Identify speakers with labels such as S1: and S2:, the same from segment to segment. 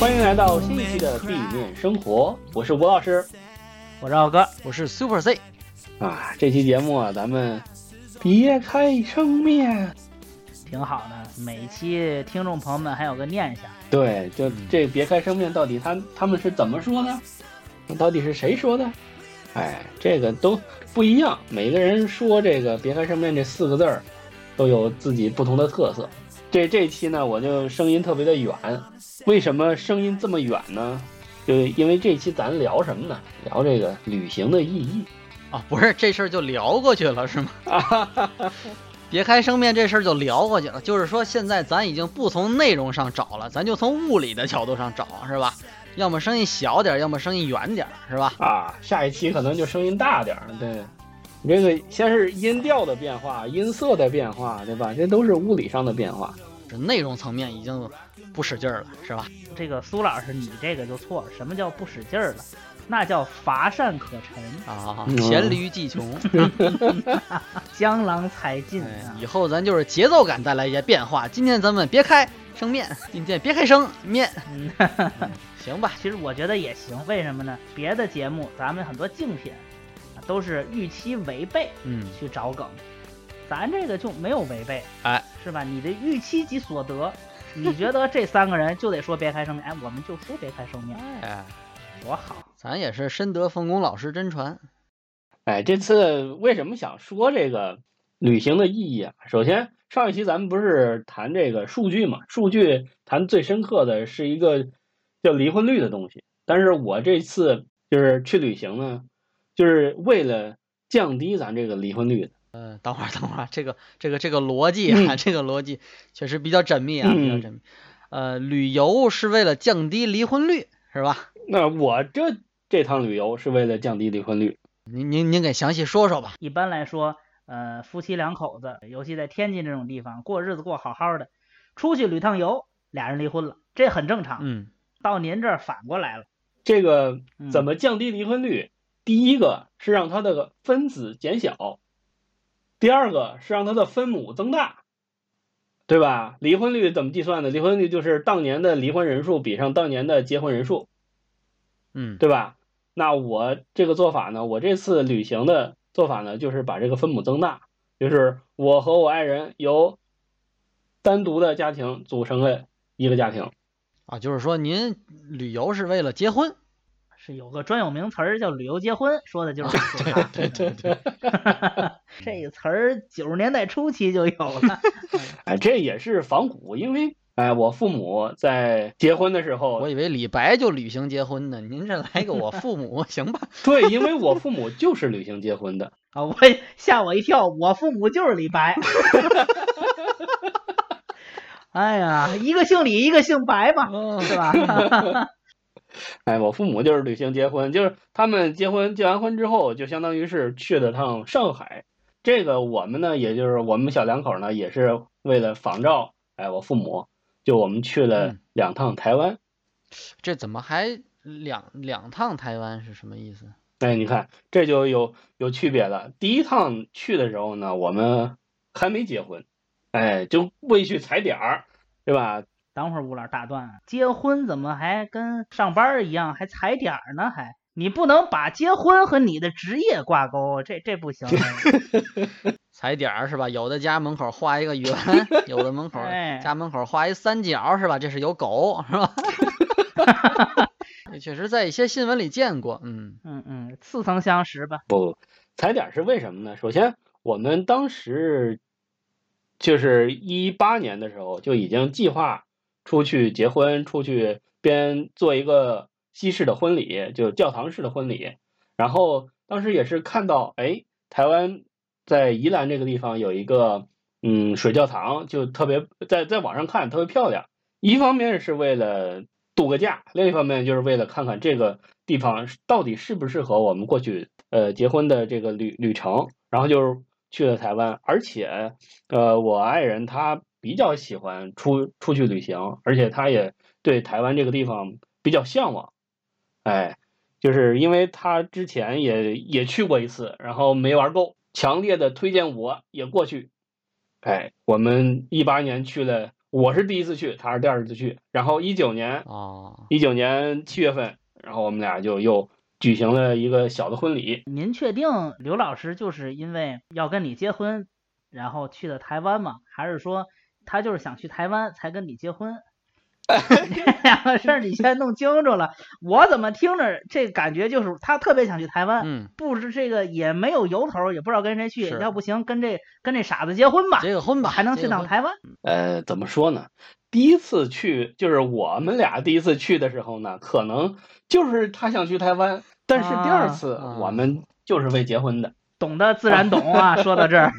S1: 欢迎来到新一期的地面生活，我是吴老师
S2: 我是奥哥，我是 Super C。
S1: 啊。这期节目啊，咱们别开生面，
S2: 挺好的。每一期听众朋友们还有个念想，
S1: 对，就这别开生面到底他他们是怎么说的？到底是谁说的？哎，这个都不一样，每个人说这个“别开生面”这四个字儿，都有自己不同的特色。这这期呢，我就声音特别的远，为什么声音这么远呢？就因为这期咱聊什么呢？聊这个旅行的意义。
S3: 啊，不是这事儿就聊过去了是吗？
S1: 啊哈哈
S3: 别开生面这事儿就聊过去了，就是说现在咱已经不从内容上找了，咱就从物理的角度上找，是吧？要么声音小点儿，要么声音远点儿，是吧？
S1: 啊，下一期可能就声音大点儿。对，你这个先是音调的变化，音色的变化，对吧？这都是物理上的变化。
S3: 这内容层面已经不使劲儿了，是吧？
S2: 这个苏老师你这个就错了。什么叫不使劲儿了？那叫乏善可陈，
S3: 啊
S1: 嗯，
S3: 黔驴技穷，
S2: 江郎才尽
S3: 哎
S2: 啊！
S3: 以后咱就是节奏感带来一些变化。今天咱们别开生面，今天别开生面，
S2: 嗯
S3: 行吧？
S2: 其实我觉得也行，为什么呢？别的节目咱们很多竞品啊都是预期违背
S3: 嗯，
S2: 去找梗，咱这个就没有违背，
S3: 哎，
S2: 是吧？你的预期及所得，你觉得这三个人就得说别开生面，哎，我们就说别开生面，
S3: 哎，
S2: 多好。
S3: 咱也是深得奉公老师真传，
S1: 哎，这次为什么想说这个旅行的意义啊？首先，上一期咱们不是谈这个数据嘛？数据谈最深刻的是一个叫离婚率的东西。但是我这次就是去旅行呢，就是为了降低咱这个离婚率的。
S3: 呃，等会儿，等会儿，这个这个这个逻辑啊，这个逻辑确实比较缜密啊，比较
S1: 嗯
S3: 缜密。呃，旅游是为了降低离婚率，是吧？
S1: 那我这这趟旅游是为了降低离婚率。
S3: 您您您给详细说说吧。
S2: 一般来说，呃，夫妻两口子，尤其在天津这种地方，过日子过好好的，出去旅趟游，俩人离婚了，这很正常。
S3: 嗯，
S2: 到您这儿反过来了，
S1: 这个
S2: 嗯
S1: 怎么降低离婚率？第一个是让它的分子减小，第二个是让它的分母增大，对吧？离婚率怎么计算的？离婚率就是当年的离婚人数比上当年的结婚人数，
S3: 嗯，
S1: 对吧？那我这个做法呢，我这次旅行的做法呢，就是把这个分母增大，就是我和我爱人由单独的家庭组成了一个家庭。
S3: 啊，就是说您旅游是为了结婚，
S2: 是有个专有名词儿叫旅游结婚，说的就是这个。啊对对对， 这个词儿九十年代初期就有了。
S1: 哎，这也是仿古，因为哎，我父母在结婚的时候
S3: 我，以为李白就旅行结婚呢，您这来个我父母， 行吧？
S1: 对，因为我父母就是旅行结婚的，
S2: 啊，我吓我一跳，我父母就是李白。 哎呀，一个姓李，一个姓白嘛，
S3: 嗯
S2: 是 吧？
S1: 哎，我父母就是旅行结婚，就是他们结婚结完婚之后，就相当于是去了趟上海。这个我们呢，也就是我们小两口呢，也是为了仿照哎我父母，就我们去了
S3: 嗯
S1: 两趟台湾。
S3: 这怎么还两两趟台湾是什么意思？
S1: 哎，你看这就有有区别了。第一趟去的时候呢，我们还没结婚，哎，就为去踩点儿，对吧？
S2: 等会儿吴老师打断啊，结婚怎么还跟上班儿一样，还踩点儿呢？还你不能把结婚和你的职业挂钩，这这不行。啊
S3: 踩点儿是吧？有的家门口画一个圆， 有的门口
S2: 哎
S3: 家门口画一三角是吧？这是有狗是吧？ 也确实在一些新闻里见过，嗯，
S2: 嗯嗯，似曾相识吧。
S1: 踩点儿是为什么呢？首先，我们当时就是一八年的时候就已经计划出去结婚，出去边做一个西式的婚礼，就教堂式的婚礼。然后当时也是看到，哎，台湾在宜兰这个地方有一个嗯水教堂，就特别在在网上看特别漂亮。一方面是为了度个假，另一方面就是为了看看这个地方是到底适不适合我们过去呃结婚的这个旅旅程，然后就是去了台湾，而且呃我爱人他比较喜欢出出去旅行，而且他也对台湾这个地方比较向往，哎，就是因为他之前也也去过一次，然后没玩够，强烈的推荐我也过去，哎，我们一八年去了我是第一次去，他是第二次去。然后一九年，
S3: 哦，
S1: 一九年七月份，然后我们俩就又举行了一个小的婚礼。
S2: 您确定刘老师就是因为要跟你结婚，然后去的台湾吗？还是说他就是想去台湾才跟你结婚？ 这两个事儿你先弄清楚了。我怎么听着这感觉就是他特别想去台湾，
S3: 嗯，
S2: 不知这个也没有由头，也不知道跟谁去。
S3: 是
S2: 要不行，跟这跟这傻子结婚吧，
S3: 结个婚吧，
S2: 还能
S3: 结
S2: 去
S3: 个
S2: 趟
S3: 婚
S2: 台湾。
S1: 呃，怎么说呢？第一次去就是我们俩第一次去的时候呢，可能就是他想去台湾，但是第二
S2: 啊
S1: 次
S3: 啊
S1: 我们就是为结婚的。
S2: 懂的自然
S3: 哦
S2: 懂啊。说到这儿，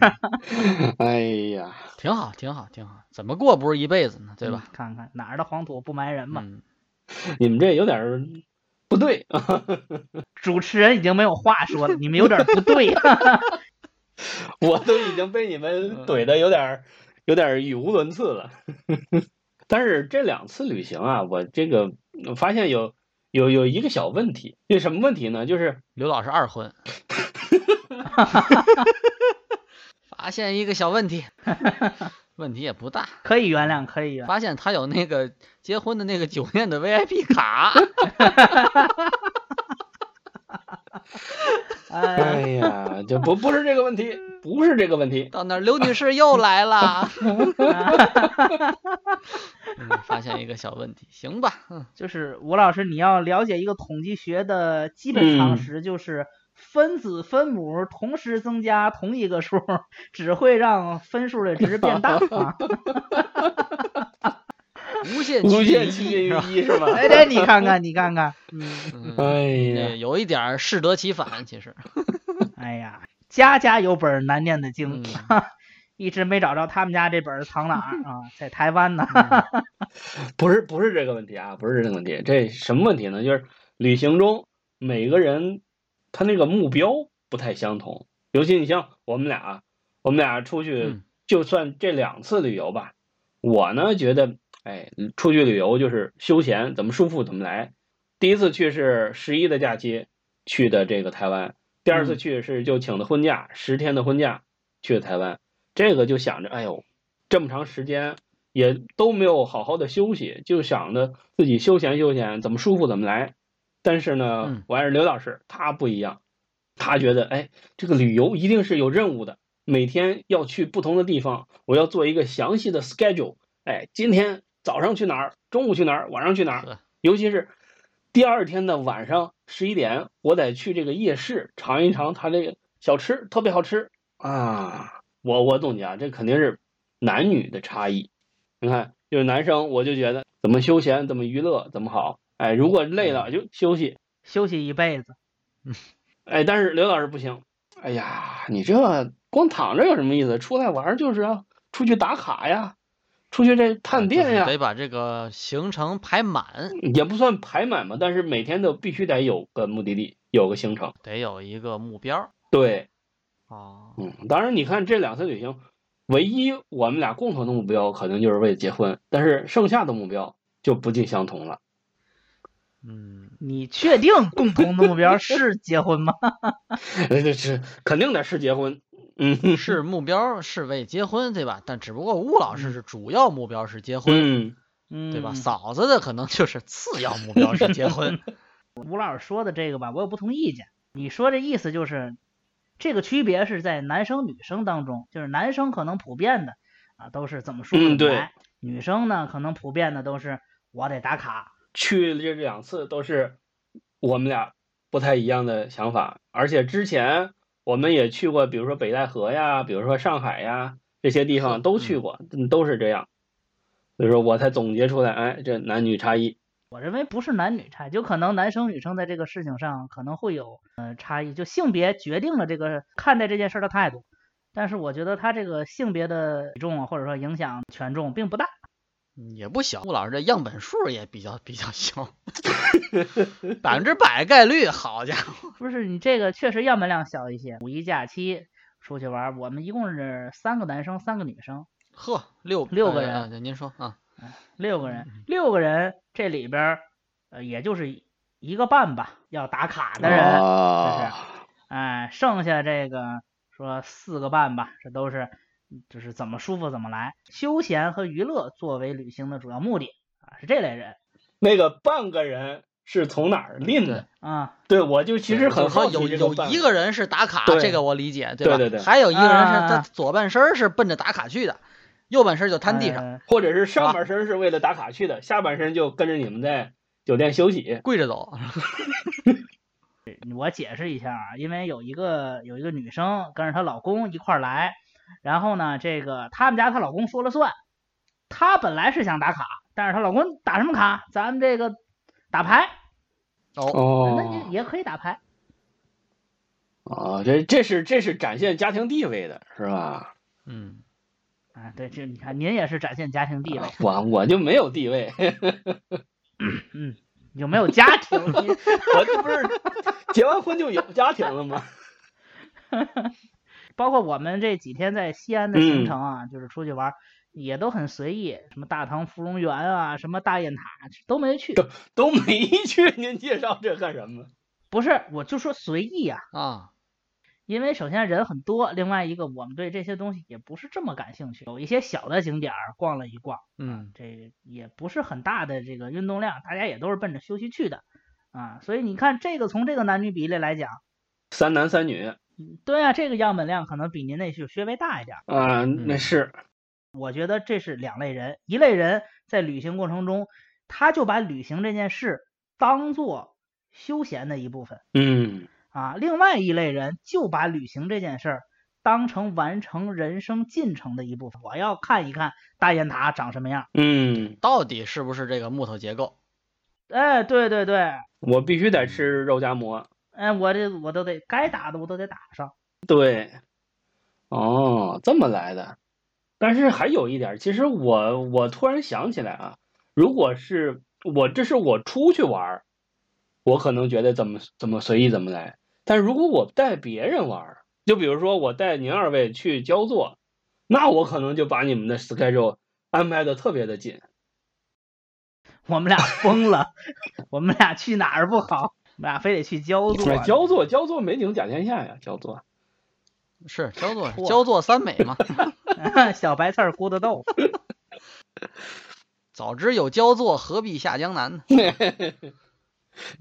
S1: 哎呀，
S3: 挺好，挺好，挺好。怎么过不是一辈子呢？ 对吧？
S2: 嗯？ 看看哪儿的黄土不埋人嘛。
S3: 嗯，
S1: 你们这有点儿不对 啊！
S2: 主持人已经没有话说了，你们有点不对。啊
S1: 我都已经被你们怼的有点儿有点儿语无伦次了。 但是这两次旅行啊，我这个我发现有有有一个小问题，这什么问题呢？就是
S3: 刘老师二 婚，发现一个小问题，问题也 不大，
S2: 可以原谅，可以 原谅。
S3: 发现他有那个结婚的那个酒店的 VIP 卡，
S2: 哎，
S1: 哎呀， 就不不是这个问题，不是这个问题。
S3: 到那儿刘女士又来了，嗯发现一个小问题，行吧，嗯，
S2: 就是吴老师，你要了解一个统计学的基本常识，就是分子分母同时增加同一个数，只会让分数的值变大。 啊
S3: 无限
S1: 无限趋
S3: 趋
S1: 近
S3: 近
S1: 于一
S3: 是吧？
S1: 是吧？
S2: 哎，这你看看，你看看，嗯，
S3: 嗯，
S1: 哎呀，
S3: 也有一点儿适得其反，其实，
S2: 哎呀，家家有本难念的经，
S3: 嗯，
S2: 一直没找着他们家这本儿藏哪儿啊， 在台湾呢。
S1: 不是不是这个问题啊，不是这个问题，这什么问题呢？就是旅行中每个人他那个目标不太相同，尤其你像我们俩，我们俩出去，
S3: 嗯
S1: 就算这两次旅游吧，我呢觉得，哎，出去旅游就是休闲，怎么舒服怎么来。第一次去是十一的假期去的这个台湾，第二次
S2: 嗯
S1: 去是就请的婚假，十天的婚假去的台湾，这个就想着，哎呦，这么长时间也都没有好好的休息，就想着自己休闲休闲，怎么舒服怎么来。但是呢
S3: 嗯，
S1: 我爱人刘老师他不一样，他觉得哎，这个旅游一定是有任务的，每天要去不同的地方，我要做一个详细的 schedule。哎，今天早上去哪儿，中午去哪儿，晚上去哪儿，
S3: 是
S1: 尤其是第二天的晚上十一点，我得去这个夜市尝一尝他这个小吃，特别好吃啊！我我总结啊，这肯定是男女的差异。你看，就是男生我就觉得怎么休闲、怎么娱乐、怎么好，哎，如果累
S3: 嗯
S1: 了就休息，
S2: 休息一辈子，
S1: 哎，但是刘老师不行，哎呀，你这光躺着有什么意思？出来玩儿就是要出去打卡呀，出去这探
S3: 哎就是
S1: 店呀，
S3: 得把这个行程排满，
S1: 也不算排满吧，但是每天都必须得有个目的地，有个行程。
S3: 得有一个目标儿
S1: 对，
S3: 哦，
S1: 嗯，当然，你看这两次旅行，唯一我们俩共同的目标可能就是为了结婚，但是剩下的目标就不尽相同了。
S3: 嗯，
S2: 你确定共同的目标是结婚吗？
S1: 那这是肯定得是结婚，嗯
S3: 是目标是为结婚，对吧？但只不过吴老师是主要目标是结婚，
S1: 嗯，
S2: 嗯，
S3: 对吧？嫂子的可能就是次要目标是结 婚，
S2: 吴老师说的这个吧，我有不同意见。你说这意思就是，这个区别是在男生女生当中，就是男生可能普遍的啊都是怎么说
S1: 嗯
S2: 怎么
S1: 对
S2: 来，女生呢可能普遍的都是我得打卡，
S1: 去这两次都是我们俩不太一样的想法，而且之前我们也去过，比如说北戴河呀，比如说上海呀这些地方都去过，嗯都是这样，所以说我才总结出来，哎，这男女差异。
S2: 我认为不是男女差，就可能男生女生在这个事情上可能会有呃差异，就性别决定了这个看待这件事儿的态度。但是我觉得他这个性别的比重啊，或者说影响权重并不大。
S3: 嗯也不小。吴老师这样本数也比较比较小， 百分之百概率，好家伙，
S2: 不是你这个确实样本量小一些。五一假期出去玩儿，我们一共是三个男生，三个女生，
S3: 呵，六
S2: 六个
S3: 哎
S2: 人
S3: 哎您说啊，
S2: 六个人，六个人这里边儿，呃，也就是一个半吧，要打卡的人，哎、
S1: 啊，
S2: 剩下这个说四个半吧，这都是就是怎么舒服怎么来，休闲和娱乐作为旅行的主要目的啊，是这类人
S1: 那个半个人是从哪儿拎的？
S2: 啊，
S1: 对，我就其实很
S3: 就是说
S1: 好奇
S3: 有
S1: 这
S3: 有
S1: 半
S3: 一
S1: 个
S3: 个人是打卡，
S1: 对
S3: 这个我理解，吧？
S1: 对对对
S3: 还有一个人是
S2: 啊
S3: 他左半身儿是奔着打卡去的，右半身儿就摊地上、
S2: 呃
S1: 或者是上半身是为了打卡去的，下半身就跟着你们在酒店休息。
S3: 跪着走。
S2: 我解释一下啊，因为有一个有一个女生跟着她老公一块儿来，然后呢，这个他们家她老公说了算，她本来是想打卡，但是她老公打什么卡？咱们这个打牌，
S3: 哦，
S2: 那也
S1: 哦，
S2: 也可以打牌。
S1: 哦，这这是这是展现家庭地位的是吧？
S3: 嗯，
S2: 啊，对，这你看您也是展现家庭地位，
S1: 我我就没有地位，
S2: 有没有家庭？您
S1: 我这不是结完婚就有家庭了吗？
S2: 包括我们这几天在西安的行程啊，就是出去玩儿也都很随意，什么大唐芙蓉园啊，什么大雁塔都没去。
S1: 都没去，您介绍这干什么？
S2: 不是，我就说随意啊，
S3: 啊，
S2: 因为首先人很多，另外一个我们对这些东西也不是这么感兴趣。有一些小的景点儿逛了一逛，
S3: 嗯，
S2: 这也不是很大的这个运动量，大家也都是奔着休息去的啊。所以你看，这个从这个男女比例来讲，
S1: 三男三女，
S2: 对啊，这个样本量可能比您那就稍微大一点儿。
S1: 啊、那是
S2: 我觉得这是两类人，一类人在旅行过程中，他就把旅行这件事当做休闲的一部分
S1: 嗯，
S2: 啊；另外一类人就把旅行这件事儿当成完成人生进程的一部分。我要看一看大雁塔长什么样。
S1: 嗯，
S3: 到底是不是这个木头结构？
S2: 哎，对对对，
S1: 我必须得吃肉夹馍。
S2: 哎，我这我都得该打的我都得打上。
S1: 对，哦，这么来的。但是还有一点，其实我我突然想起来啊，如果是我这是我出去玩儿，我可能觉得怎么怎么随意怎么来。但如果我带别人玩儿，就比如说我带您二位去焦作，那我可能就把你们的 schedule 安排的特别的紧。
S2: 我们俩疯了， 我们俩去哪儿不好，我们俩非得去焦作
S1: 对
S2: 呢。
S1: 焦作，焦作美景甲天下呀，焦作。
S3: 是焦作
S2: 嚯
S3: 焦作三美嘛？
S2: 小白菜儿咕的豆腐。
S3: 早知有焦作，何必下江南呢？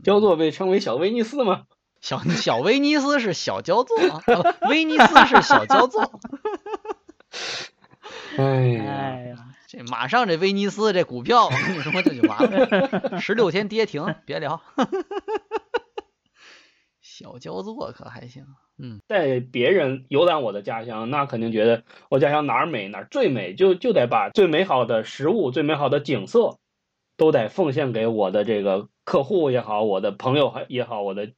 S1: 焦作被称为小威尼斯嘛？
S3: 小 小威尼斯是小焦作，啊不威尼斯是小焦作。
S1: 哎呀，
S2: 哎呀。
S3: 这马上这威尼斯这股票，我 跟你说这就完了，十六天跌停，别聊。 小焦作可还行，
S1: 带别人游览我的家乡，那肯定觉得我家乡哪儿美哪儿最美，就就得把最美好的食物、最美好的景色，都得奉献给我的这个客户也好，我的朋友也好，我的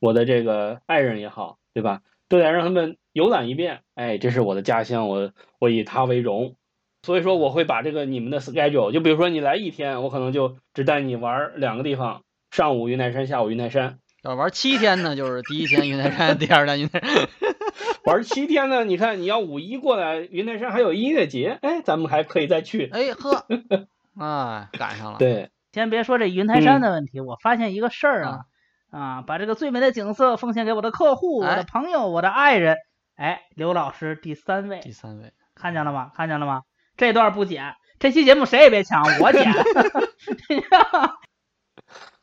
S1: 我的这个爱人也好，对吧？都得让他们游览一遍。哎，这是我的家乡，我我以它为荣。所以说，我会把这个你们的 schedule，就比如说你来一天，我可能就只带你玩儿两个地方，上午云南山，下午云南山。
S3: 要玩七天呢，就是第一天云南山，第二天云南山。
S1: 玩七天呢，你看你要五一过来，云台山还有音乐节，哎，咱们还可以再去。
S3: 哎呵，啊，赶上了。
S1: 对，
S2: 先别说这云台山的问题，我发现一个事儿啊，啊，把这个最美的景色奉献给我的客户、我
S3: 哎
S2: 的朋友、我的爱人。哎，刘老师第三位
S3: 第，三位，
S2: 看见了吗？看见了吗？这段不剪，这期节目谁也别抢，我剪。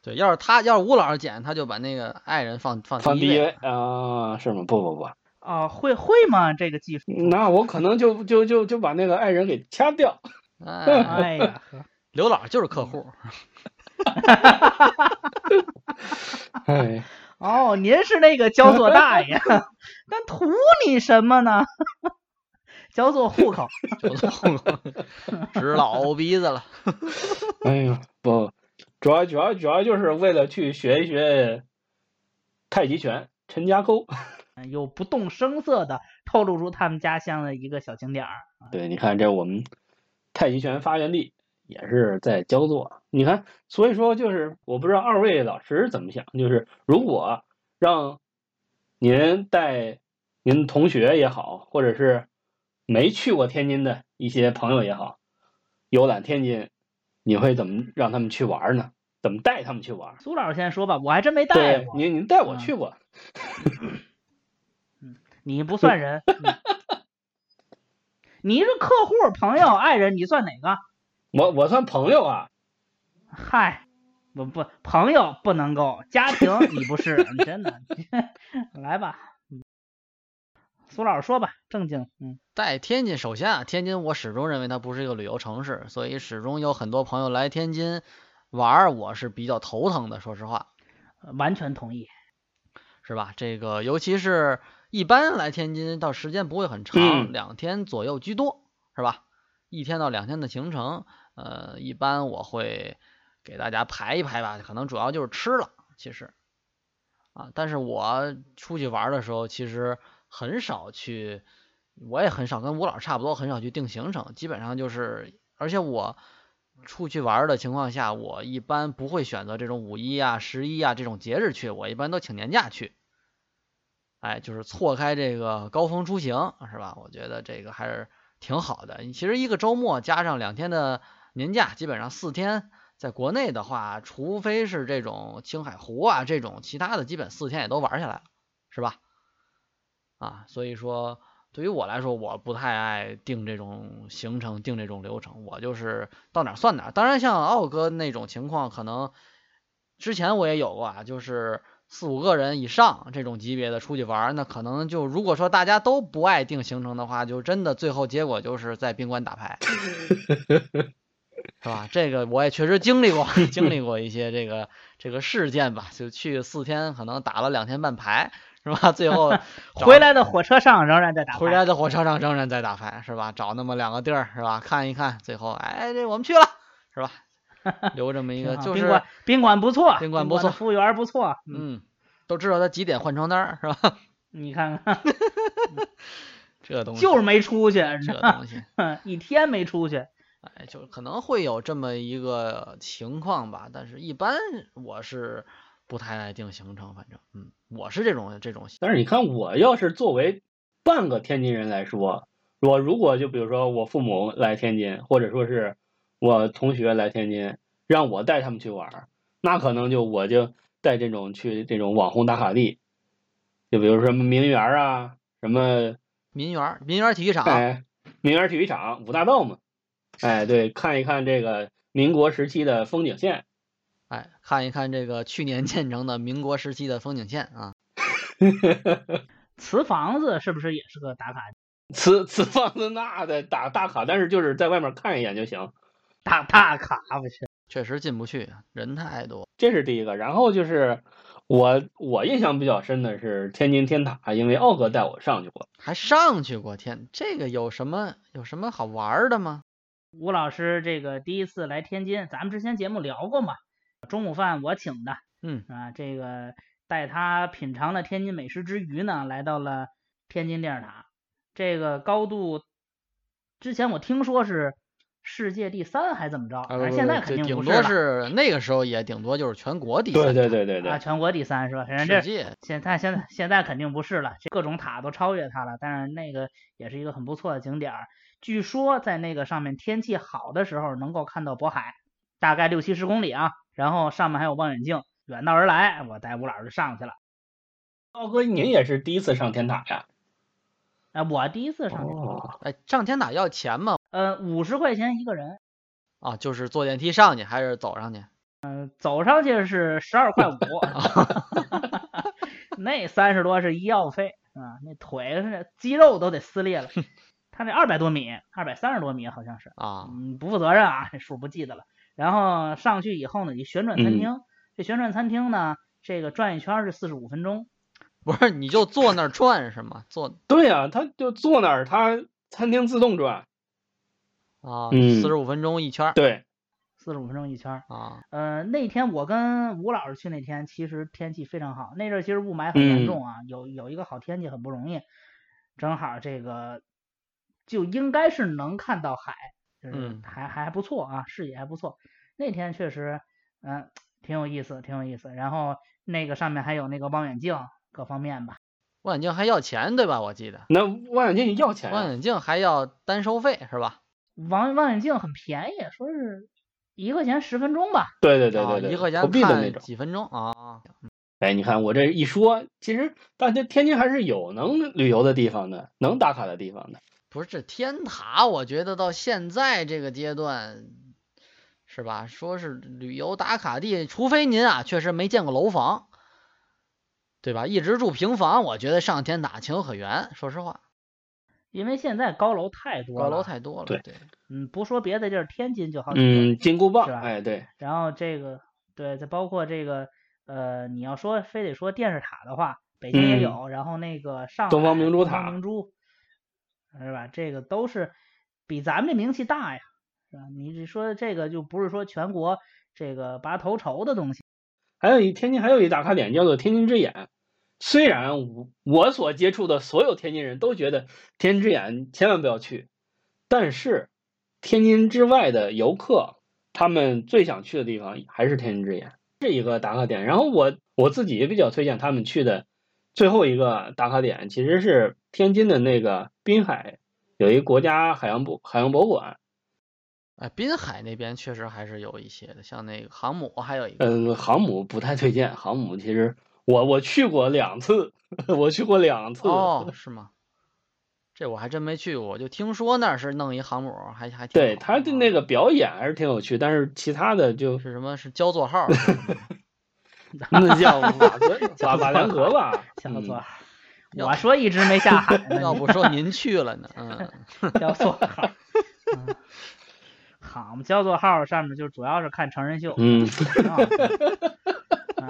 S3: 对，要是他要是吴老师捡，他就把那个爱人放放
S1: 放
S3: 第
S1: 第
S3: 一
S1: 一
S3: 位。
S1: 位啊，是吗？不不不，
S2: 哦，会会吗？这个技术？
S1: 那我可能就就就就把那个爱人给掐掉。
S3: 哎，
S2: 哎呀，呵
S3: 刘老师就是客户，
S1: 哎，
S2: 哦，您是那个焦作大爷，但图你什么呢？焦作户口，
S3: 就 做户口直老鼻子了。
S1: 哎呀，不，主要主要主要就是为了去学一学太极拳、陈家沟。
S2: 有不动声色的透露出他们家乡的一个小景点儿。
S1: 对，你看这我们太极拳发源地也是在焦作。你看，所以说就是我不知道二位老师怎么想，就是如果让您带您同学也好，或者是没去过天津的一些朋友也好，游览天津，你会怎么让他们去玩呢？怎么带他们去玩？
S2: 苏老师先说吧，我还真没带
S1: 对，
S2: 过。
S1: 您您带我
S2: 嗯
S1: 去过，
S2: 你不算人，嗯你是客户、朋友、爱人，你算哪个？
S1: 我我算朋友啊，
S2: 嗨，不不，朋友不能够，家庭你不是，真的， 来吧，嗯苏老师说吧，正经，嗯，
S3: 在天津，首先啊，天津我始终认为它不是一个旅游城市，所以始终有很多朋友来天津玩儿，我是比较头疼的，说实话，
S2: 完全同意，
S3: 是吧？这个尤其是一般来天津到时间不会很长，
S1: 嗯
S3: 两天左右居多，是吧？一天到两天的行程，呃，一般我会给大家排一排吧，可能主要就是吃了，其实，啊，但是我出去玩儿的时候，其实很少去，我也很少跟吴老师差不多，很少去定行程，基本上就是，而且我出去玩儿的情况下，我一般不会选择这种五一啊、十一啊这种节日去，我一般都请年假去。哎，就是错开这个高峰出行，是吧？我觉得这个还是挺好的。其实一个周末加上两天的年假，基本上四天。在国内的话，除非是这种青海湖啊这种，其他的基本四天也都玩下来了，是吧？啊，所以说对于我来说，我不太爱定这种行程、定这种流程，我就是到哪儿算哪儿。当然，像奥哥那种情况，可能之前我也有过啊，就是四五个人以上这种级别的出去玩儿，那可能就如果说大家都不爱定行程的话，就真的最后结果就是在宾馆打牌，是吧？这个我也确实经历过，经历过一些这个这个事件吧，就去四天，可能打了两天半牌，是吧？最后找
S2: 回来的火车上仍然在打牌，
S3: 回 来的火车上仍然在打牌，是吧？找那么两个地儿，是吧？看一看，最后，哎，这我们去了，是吧？留这么一
S2: 挺
S3: 个，
S2: 好
S3: 就
S2: 嗯宾
S3: 是
S2: 馆，宾馆不错，
S3: 宾
S2: 宾
S3: 馆不
S2: 的
S3: 错
S2: 服务员不错，嗯，
S3: 嗯，都知道他几点换床单儿，是吧？
S2: 你看看，
S3: 这东西，
S2: 就是没出去，
S3: 这东西，
S2: 一天没出去，
S3: 哎，就是可能会有这么一个情况吧，但是一般我是不太爱定行程，反正，嗯，我是这种这种习，
S1: 但是你看，我要是作为半个天津人来说，我如果就比如说我父母来天津，或者说是我同学来天津，让我带他们去玩儿，那可能就我就带这种去这种网红打卡地，就比如说什么名园儿啊，什么
S3: 民园儿民园儿体育场，
S1: 哎，名园儿体育场五大道嘛，哎，对，看一看这个民国时期的风景线，
S3: 哎，看一看这个去年 建成的民国时期的风景线啊，
S2: 瓷房子是不是也是个打卡
S1: 此此房子那的打大卡，但是就是在外面看一眼就行。
S2: 大大卡不是？
S3: 确实进不去，人太多。
S1: 这是第一个。然后就是我我印象比较深的是天津天塔，因为奥哥带我上去过。
S3: 还上去过，天，这个有什么有什么好玩儿的吗？
S2: 吴老师这个第一次来天津，咱们之前节目聊过嘛，中午饭我请的，
S3: 嗯
S2: 啊，这个带他品尝了天津美食之余呢，来到了天津电视塔，这个高度之前我听说是世界第三还怎么着，反正现在
S3: 这
S2: 肯定啊不
S3: 呃顶
S2: 是了
S3: 多是那个时候也顶多就是全国第
S1: 对
S3: 三
S1: 对对对
S2: 啊，
S1: 对，
S2: 全国第三是吧？反正这
S3: 世界
S2: 现在现在现在肯定不是了，这各种塔都超越它了。但是那个也是一个很不错的景点儿，据说在那个上面天气好的时候能够看到渤海，大概六七十公里啊。然后上面还有望远镜，远道而来，我带吴老师就上去了。
S1: 奥哥您也是第一次上天塔呀？
S2: 啊，我第一次上去，
S1: 哦，
S3: 哎，上天塔要钱吗？
S2: 呃，五十块钱一个人，
S3: 啊，就是坐电梯上去还是走上去？
S2: 走上去是十二块五，那三十多是医药费啊，那腿是肌肉都得撕裂了。 他那二百多米，二百三十多米好像是。
S3: 啊，
S2: 嗯，不负责任啊，这数不记得了。然后上去以后呢，你旋转餐
S1: 嗯
S2: 厅，这旋转餐厅呢，这个转一圈儿是四十五分钟，
S3: 不是，你就坐那儿转是吗？坐
S1: 对呀、他就坐那儿，他餐厅自动转。
S3: 啊，
S1: 嗯
S3: 四十五分钟一圈儿
S1: 对，
S2: 四十五分钟一圈儿。
S3: 啊，
S2: 呃，那天我跟吴老师去那天，其实天气非常好，那阵儿其实雾霾很严
S1: 嗯
S2: 重啊，有有一个好天气很不容易，正好这个就应该是能看到海，就是
S3: 嗯
S2: 还还不错啊，视野还不错。那天确实，嗯、挺有意思，挺有意思。然后那个上面还有那个望远镜，各方面吧。
S3: 望远镜还要钱对吧？我记得
S1: 那望远镜要钱啊
S3: 望
S1: 呀、
S3: 远镜还要单收费是吧？
S2: 望望远镜很便宜，说是一块钱十分钟吧。
S1: 对对对
S3: 啊，
S1: 对对，
S3: 一块
S1: 投
S3: 钱
S1: 币的那
S3: 看
S1: 种。
S3: 几分钟啊？
S1: 哎，你看我这一说，其实大家天津还是有能旅游的地方的，能打卡的地方的。
S3: 不是天塔，我觉得到现在这个阶段，是吧？说是旅游打卡地，除非您啊确实没见过楼房，对吧？一直住平房，我觉得上天塔情有可原。说实话，
S2: 因为现在高楼太多了，
S3: 高楼太多了，
S1: 对
S3: 对
S2: 嗯，不说别的地儿，天津就好几个。
S1: 嗯，金箍棒，
S2: 哦是吧
S1: 哎，对，
S2: 然后这个对，再包括这个呃，你要说非得说电视塔的话，北京也
S1: 嗯
S2: 有，然后那个上
S1: 东方
S2: 海
S1: 明珠
S2: 东方
S1: 塔
S2: 明珠是吧？这个都是比咱们这名气大呀，是吧？你这说这个就不是说全国这个拔头筹的东西，
S1: 还有一天津还有一打卡点叫做天津之眼。虽然我我所接触的所有天津人都觉得天津之眼千万不要去，但是天津之外的游客，他们最想去的地方还是天津之眼，是一个打卡点。然后我我自己也比较推荐他们去的最后一个打卡点，其实是天津的那个滨海有一国家海洋博海洋博物馆，
S3: 哎，滨海那边确实还是有一些的，像那个航母还有一个，
S1: 嗯，航母不太推荐。航母其实我我去过两次， 我去过两次。
S3: 哦，是吗？这我还真没去过，我就听说那儿是弄一航母，还还挺
S1: 对
S3: 好
S1: 他的
S3: 啊
S1: 那个表演还是挺有趣，但是其他的就是
S3: 什么是焦作号儿是 吗？
S1: 那叫瓦格 瓦瓦良格吧，
S2: 小
S1: 嗯
S2: 左儿。
S3: 要
S2: 我说一直没下海呢，
S3: 要不说您去了呢？嗯，
S2: 叫 座号。嗯好，我们焦作号上面就主要是看成人秀。
S1: 嗯，
S2: 啊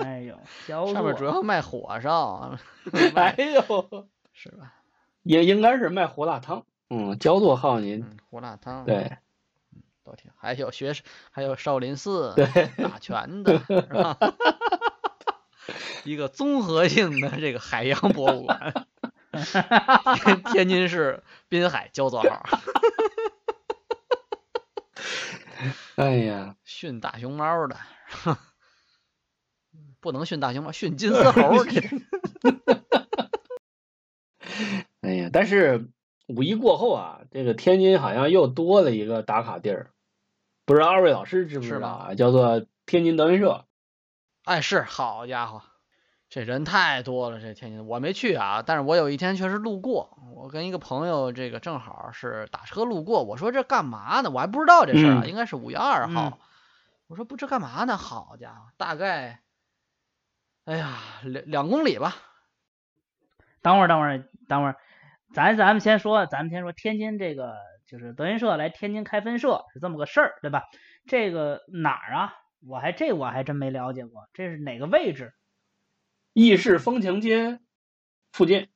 S2: 哎呦，焦作
S3: 上面主要卖火烧，嗯
S1: 哎呦，
S3: 是吧？
S1: 也应该是卖胡辣汤。嗯，焦作号您
S3: 嗯，胡辣汤，，
S1: 对
S3: 都挺，还有学，还有少林寺打拳的，是吧？ 一个综合性的这个海洋博物馆，天天津市滨海焦作号，
S1: 哎呀，
S3: 训大熊猫的， 不能训大熊猫，训金丝猴儿这
S1: 哎呀，但是五一过后啊，这个天津好像又多了一个打卡地儿，不知道二位老师知不
S3: 是
S1: 知道
S3: 吗
S1: 啊？叫做天津德云社。
S3: 哎，是，好家伙，这人太多了，这天津我没去啊，但是我有一天确实路过，我跟一个朋友这个正好是打车路过，我说这干嘛呢？我还不知道这事儿啊，
S1: 嗯
S3: 应该是五月二号，
S2: 嗯
S3: 我说不这干嘛呢？好家伙，大概，哎呀，两两公里吧，
S2: 等会儿，等会儿，等会儿，咱咱们先说，咱们先说天津这个，就是德云社来天津开分社是这么个事儿，对吧？这个哪儿啊？我还这我还真没了解过，这是哪个位置？
S1: 意式风情街附近。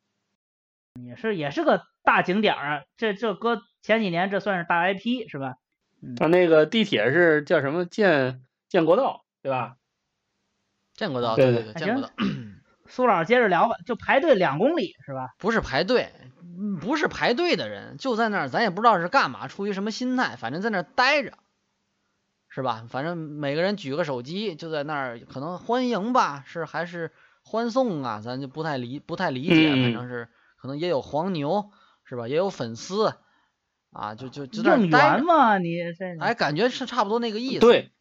S2: 也是也是个大景点儿啊，这这搁前几年这算是大 IP 是吧？
S3: 嗯
S1: 它啊那个地铁是叫什么建建国道，对吧？
S3: 见过到，
S1: 对
S3: 对
S1: 对
S3: 见过到，
S2: 苏老师接着聊吧，就排队两公里是吧？
S3: 不是排队，嗯不是排队的人就在那儿，咱也不知道是干嘛，出于什么心态，反正在那儿待着，是吧？反正每个人举个手机就在那儿，可能欢迎吧，是还是欢送啊？咱就不太理不太理解，
S1: 嗯
S3: 反正是可能也有黄牛，是吧？也有粉丝，啊，就就就在那
S2: 应
S3: 儿待
S2: 援
S3: 着，
S2: 嘛，你这
S3: 哎，感觉是差不多那个意思。
S1: 对，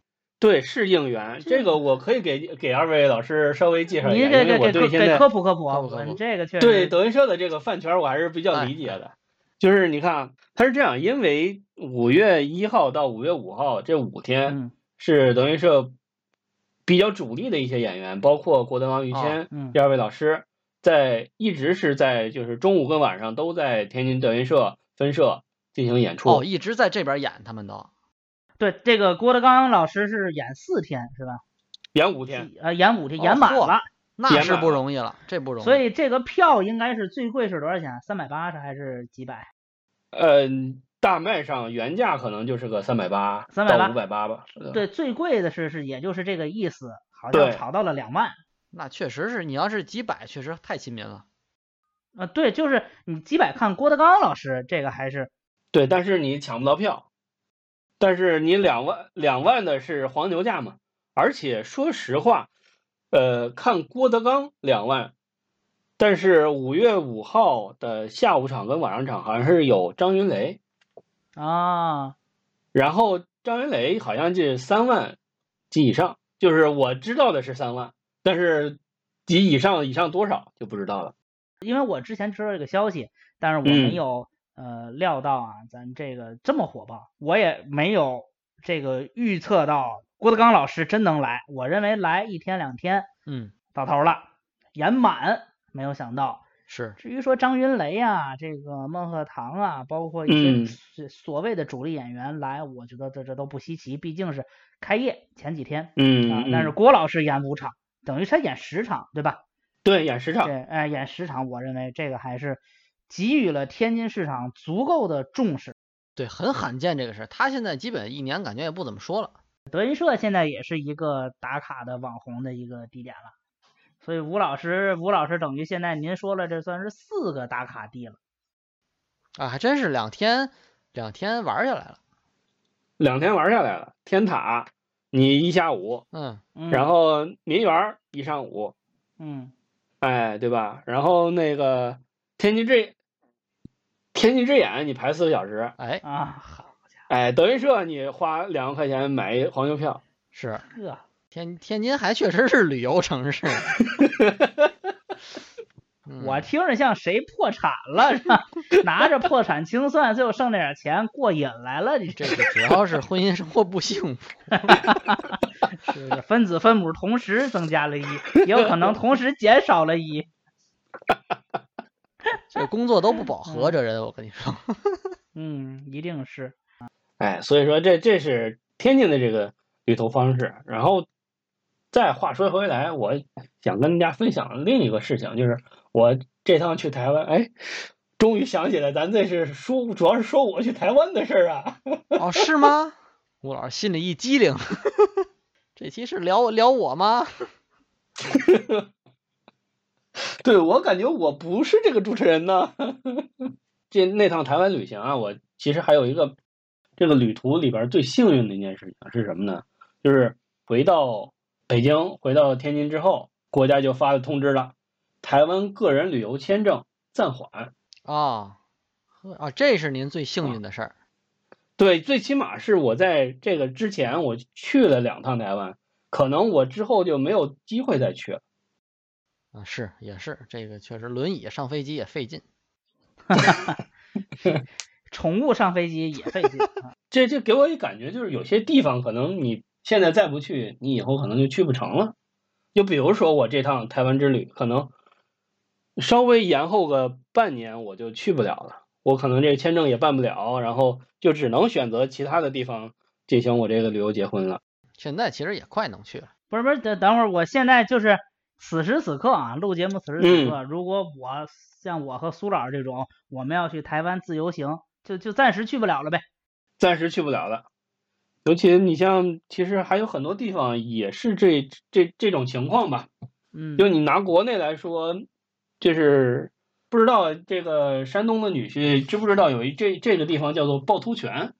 S1: 对，是应援。这个我可以给给二位老师稍微介绍一
S2: 你
S1: 下，
S2: 给
S1: 因为
S2: 给
S1: 我
S2: 给
S1: 对
S2: 科
S1: 现在
S2: 给科普科普啊，
S3: 科普科
S2: 我
S3: 普
S2: 这个确实
S1: 对德云社的这个饭圈我还是比较
S3: 哎
S1: 理解的。就是你看，啊，它是这样，因为五月一号到五月五号这五天
S2: 嗯
S1: 是德云社比较主力的一些演员，包括郭德纲、于
S3: 哦
S1: 谦
S2: 嗯
S1: 第二位老师在一直是在就是中午跟晚上都在天津德云社分社进行演出。
S3: 哦，一直在这边演，他们都
S2: 对，这个郭德纲老师是演四天是吧？
S1: 演五天，
S2: 呃，演五天，
S3: 哦
S2: 演满
S3: 嚯
S2: 了，
S3: 那
S1: 演
S3: 是
S1: 满
S3: 不
S1: 了
S3: 容易了，这不容易。
S2: 所以这个票应该是最贵是多少钱？三百八十还是几百？
S1: 嗯，大麦上原价可能就是个三百八
S2: 380
S1: 到五百八吧。是的，
S2: 对，最贵的是是也就是这个意思，好像
S1: 对
S2: 炒到了两万。
S3: 那确实是，你要是几百，确实太亲民了。
S2: 啊，对，就是你几百看郭德纲老师，这个还是
S1: 对，但是你抢不到票，但是你两万两万的是黄牛价嘛。而且说实话，呃，看郭德纲两万，但是五月五号的下午场跟晚上场好像是有张云雷，
S2: 啊，
S1: 然后张云雷好像是三万及以上，就是我知道的是三万，但是及以上以上多少就不知道了。
S2: 因为我之前知道这个消息，但是我没
S1: 嗯
S2: 有呃料到啊，咱这个这么火爆，我也没有这个预测到郭德纲老师真能来，我认为来一天两天
S3: 嗯，
S2: 到头了，演满，没有想到。
S3: 是，
S2: 至于说张云雷啊，这个孟鹤堂啊，包括一
S1: 嗯
S2: 些所所谓的主力演员来，我觉得这这都不稀奇，毕竟是开业前几天啊
S1: 嗯，。
S2: 但是
S1: 嗯
S2: 郭老师演五场，等于他演十场，对吧？
S1: 对演十场，
S2: 对，哎、演十场，我认为这个还是给予了天津市场足够的重视。
S3: 对，很罕见这个事儿。他现在基本一年感觉也不怎么说了。
S2: 德云社现在也是一个打卡的网红的一个地点了，所以吴老师，吴老师等于现在您说了，这算是四个打卡地了。
S3: 啊，还真是两天两天玩儿下来了。
S1: 两天玩下来了，天塔你一下午，
S3: 嗯，
S2: 嗯，
S1: 然后民园儿一上午，
S2: 嗯，
S1: 哎，对吧？然后那个天津之天津之眼你排四个小时，
S3: 哎，
S2: 啊，好
S1: 哎，德云社你花两万块钱买一黄牛票，
S3: 是
S2: 这。
S3: 天天津还确实是旅游城市。嗯
S2: 我听着像谁破产了是吧？ 拿着破产清算，最后剩那点钱过瘾来了，你
S3: 这
S2: 这
S3: 个主要是婚姻生活不幸福。
S2: 是的分子分母同时增加了一，也有可能同时减少了一。
S3: 这工作都不饱和，这人我跟你说，
S2: 嗯，一定是
S1: 哎，所以说这这是天津的这个旅途方式。然后再话说回来，我想跟大家分享另一个事情，就是我这趟去台湾，哎，终于想起来咱这是说主要是说我去台湾的事儿啊。
S3: 哦，是吗？吴老师心里一激灵， 这期是聊聊我吗？
S1: 对我感觉我不是这个主持人呢。 这那趟台湾旅行啊，我其实还有一个这个旅途里边最幸运的一件事情是什么呢？就是回到北京、回到天津之后，国家就发了通知了，台湾个人旅游签证暂缓。
S3: 哦，呵啊，这是您最幸运的事儿。
S1: 对，最起码是我在这个之前我去了两趟台湾，可能我之后就没有机会再去了。
S3: 啊，是也是，这个确实轮椅上飞机也费劲。
S2: 宠物上飞机也费劲 啊。
S1: 这这给我一感觉就是有些地方可能你现在再不去，你以后可能就去不成了。就比如说我这趟台湾之旅，可能稍微延后个半年，我就去不了了。我可能这签证也办不了，然后就只能选择其他的地方进行我这个旅游结婚了。
S3: 现在其实也快能去了。
S2: 不是不是，等等会儿，我现在就是此时此刻啊，录节目此时此刻，如果我像我和苏老师这种，我们要去台湾自由行，就就暂时去不了了呗。
S1: 暂时去不了了。尤其你像，其实还有很多地方也是这这这种情况吧。
S2: 嗯，
S1: 就你拿国内来说，就是不知道这个山东的女婿知不知道有一这这个地方叫做趵突泉。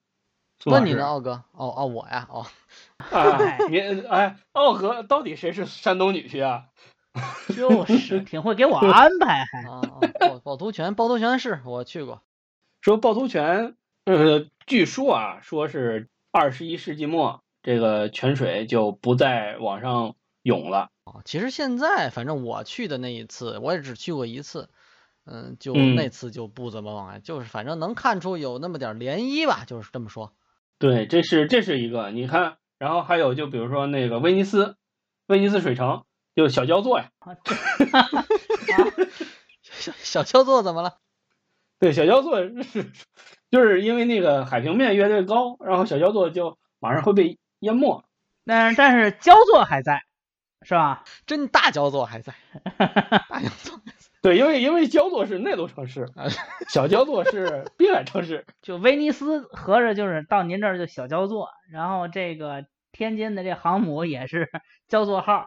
S1: 苏老
S3: 问你
S1: 师
S3: 呢，奥哥？哦哦，我呀，哦，
S1: 啊，你哎，奥哥到底谁是山东女婿啊？
S2: 就是挺会给我安排，还
S3: 啊啊，趵趵突泉，趵突泉是我去过。
S1: 说趵突泉，呃，据说啊，说是二十一世纪末这个泉水就不再往上涌了。
S3: 哦，其实现在反正我去的那一次，我也只去过一次，嗯，就
S1: 嗯
S3: 那次就不怎么往来，就是反正能看出有那么点儿涟漪吧，就是这么说。
S1: 对，这是这是一个，你看，然后还有就比如说那个威尼斯，威尼斯水城就小焦作呀，
S3: 小小焦作怎么了？
S1: 对，小焦作是， 就是因为那个海平面越来越高，然后小焦作就马上会被淹没。
S2: 但是但是焦作还在，是吧？
S3: 真大焦作还在，大焦作
S1: 对，因为因为焦作是内陆城市
S3: 啊，
S1: 小焦作是滨海城市。
S2: 就威尼斯合着就是到您这儿就小焦作，然后这个天津的这航母也是 焦作号，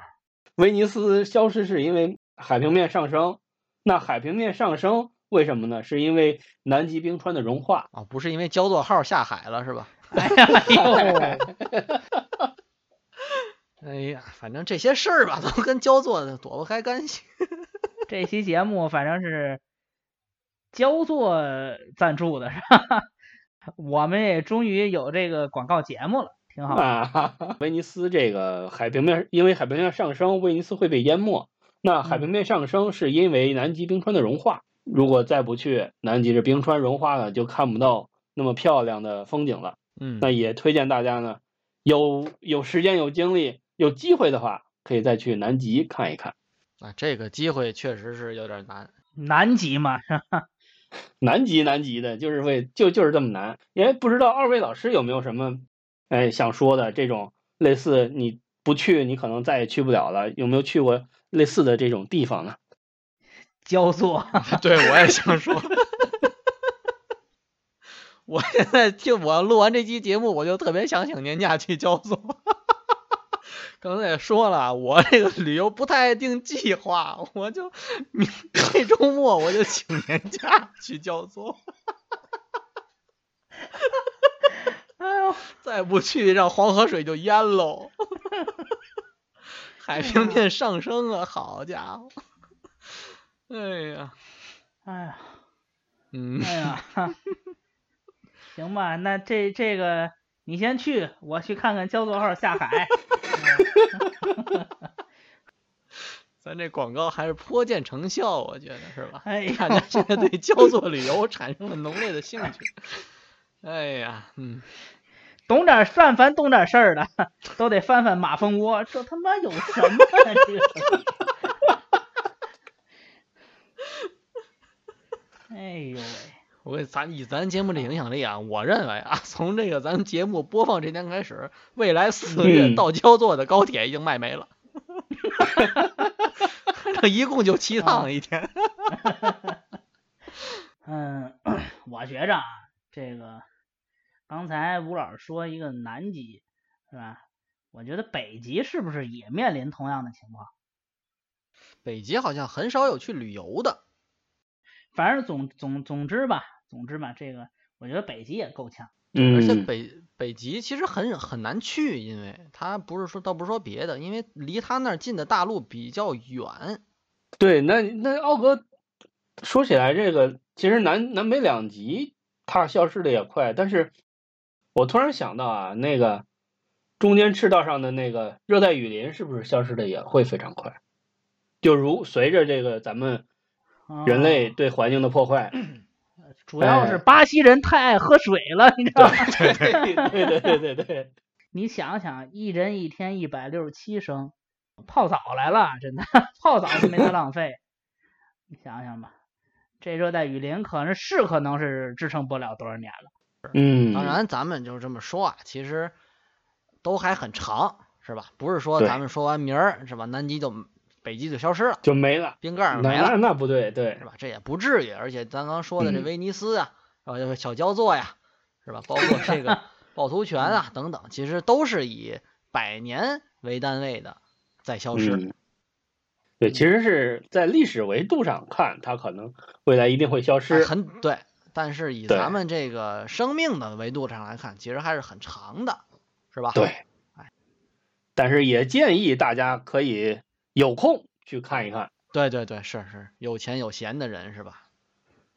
S1: 威尼斯消失是因为海平面上升，那海平面上升为什么呢？是因为南极冰川的融化。
S3: 啊、不是因为焦作号下海了是吧？
S2: 哎呀哎呦，
S3: 哎呀，反正这些事儿吧，都跟焦作躲不开干系。
S2: 这期节目反正是焦作赞助的，是吧？ 我们也终于有这个广告节目了，挺好。
S1: 啊，哈哈威尼斯这个海平面，因为海平面上升，威尼斯会被淹没。那海平面上升是因为南极冰川的融化。如果再不去南极，这冰川融化了，就看不到那么漂亮的风景了。
S3: 嗯
S1: 那也推荐大家呢，有有时间、有精力、有机会的话，可以再去南极看一看。
S3: 啊，这个机会确实是有点难。
S2: 南极嘛，
S1: 南极，南极的，就是为就就是这么难。也不知道二位老师有没有什么，哎，想说的这种类似你不去，你可能再也去不了了。有没有去过类似的这种地方呢？
S2: 焦作，
S3: 对，我也想说。 我现在听我录完这期节目，我就特别想请年假去交所。 刚才也说了，我这个旅游不太定计划，我就明这周末我就请年假去交所。
S2: 哎呦，
S3: 再不去，让黄河水就淹喽。海平面上升啊，好家伙！哎呀，
S2: 哎呀，
S3: 嗯，
S2: 哎呀， 哈行吧，那这这个你先去，我去看看焦作号下海。
S3: 咱这广告还是颇见成效，我觉得是吧？
S2: 哎 呀
S3: 大家现在对焦作旅游产生了浓烈的兴趣。哎呀，嗯，
S2: 懂点儿，但凡懂点儿事儿的， 都得翻翻马蜂窝，这他妈有什么啊呀？这个， 哎呦喂，
S3: 我跟咱以咱节目这影响力啊，我认为啊，从这个咱们节目播放这天开始，未来四个月
S1: 嗯
S3: 到焦作的高铁已经卖没了， 这一共就七趟一 天。
S2: 嗯， 我觉着啊，这个刚才吴老师说一个南极是吧？我觉得北极是不是也面临同样的情况？
S3: 北极好像很少有去旅游的，
S2: 反正总总总之吧，总之吧，这个我觉得北极也够呛。
S3: 而且
S1: 嗯，
S3: 北北极其实很很难去，因为它不是说倒不是说别的，因为离它那儿近的大陆比较远。
S1: 对，那那奥哥说起来这个，其实南南北两极它消失的也快，但是我突然想到啊，那个中间赤道上的那个热带雨林是不是消失的也会非常快？就如随着这个咱们
S2: 啊
S1: 人
S3: 哦
S1: 类对环境的破坏，
S2: 主要
S1: 哎
S2: 是巴西人太爱喝水了，你知道吗？
S1: 对对对对对对，
S2: 你想想，一人一天一百六十七升，泡澡来了，真的 泡澡都没他浪费。你想想吧，这热带雨林可能是可能是支撑不了多少年了。
S1: 嗯，
S3: 当然，咱们就这么说啊，其实都还很长，是吧？不是说
S1: 对
S3: 咱们说完明儿是吧，南极就北极就消失了，
S1: 就没了，
S3: 冰盖
S1: 那
S3: 儿没
S1: 那
S3: 了，
S1: 那不对，对
S3: 是，吧？这也不至于。而且咱刚说的这
S1: 嗯
S3: 威尼斯啊，然后小焦作呀，是吧？包括 这个趵突泉啊等等，其实都是以百年为单位的在消失。
S1: 嗯。对，其实是在历史维度上看，它可能未来一定会消
S3: 哎
S1: 失。
S3: 很对，但是以
S1: 对
S3: 咱们这个生命的维度上来看，其实还是很长的，是吧？
S1: 对，
S3: 哎
S1: 但是也建议大家可以有空去看一看
S3: 对对对，是是，有钱有闲的人是吧？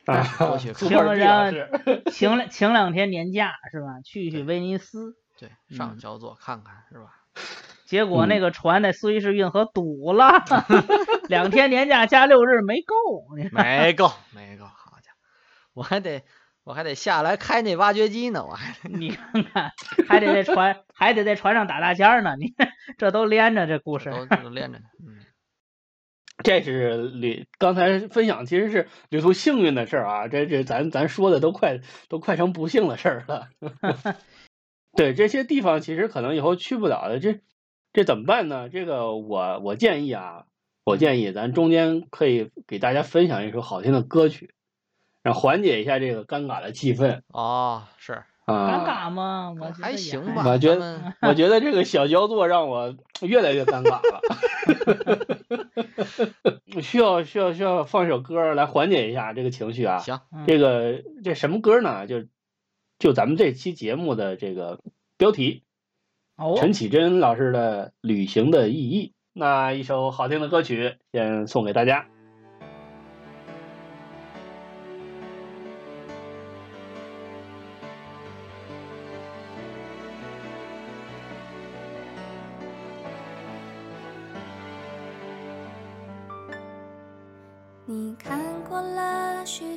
S1: 啊。
S3: 哎 多去
S1: 苏
S3: 看
S1: 泊尔毕老
S2: 听
S1: 师，
S2: 请两请两天年假是吧？去去
S3: 对
S2: 威尼斯，
S3: 对，上
S2: 嗯
S3: 焦作看看是吧？
S2: 结
S3: 嗯
S2: 果那个船在苏伊士运河堵了， 两天年假加六日没够。你
S3: 没够，没够，好家伙，我还得我还得下来开那挖掘机呢，我还
S2: 你看看，还得在船，还得在船上打大尖儿呢。你 这都连着这故事，
S3: 都都练着呢。嗯，
S1: 这是旅刚才分享，其实是旅途幸运的事儿啊。这这咱咱说的都快都快成不幸的事儿了。 对这些地方，其实可能以后去不了了，这这怎么办呢？这个我我建议啊，我建议咱中间可以给大家分享一首好听的歌曲，然后缓解一下这个尴尬的气氛
S3: 哦，是，
S2: 尴
S1: 啊。
S2: 尬吗？我觉得
S3: 还
S2: 也
S3: 行
S2: 还
S3: 吧？
S1: 我觉
S3: 咱
S1: 得
S3: 们
S1: 我觉得这个小焦作让我越来越尴尬了，需要需要需要放首歌来缓解一下这个情绪啊。
S3: 行，
S2: 嗯
S1: 这个这什么歌呢？就就咱们这期节目的这个标题，
S2: 哦，
S1: 陈绮贞老师的《旅行的意义》。那一首好听的歌曲，先送给大家。
S4: 你看过了许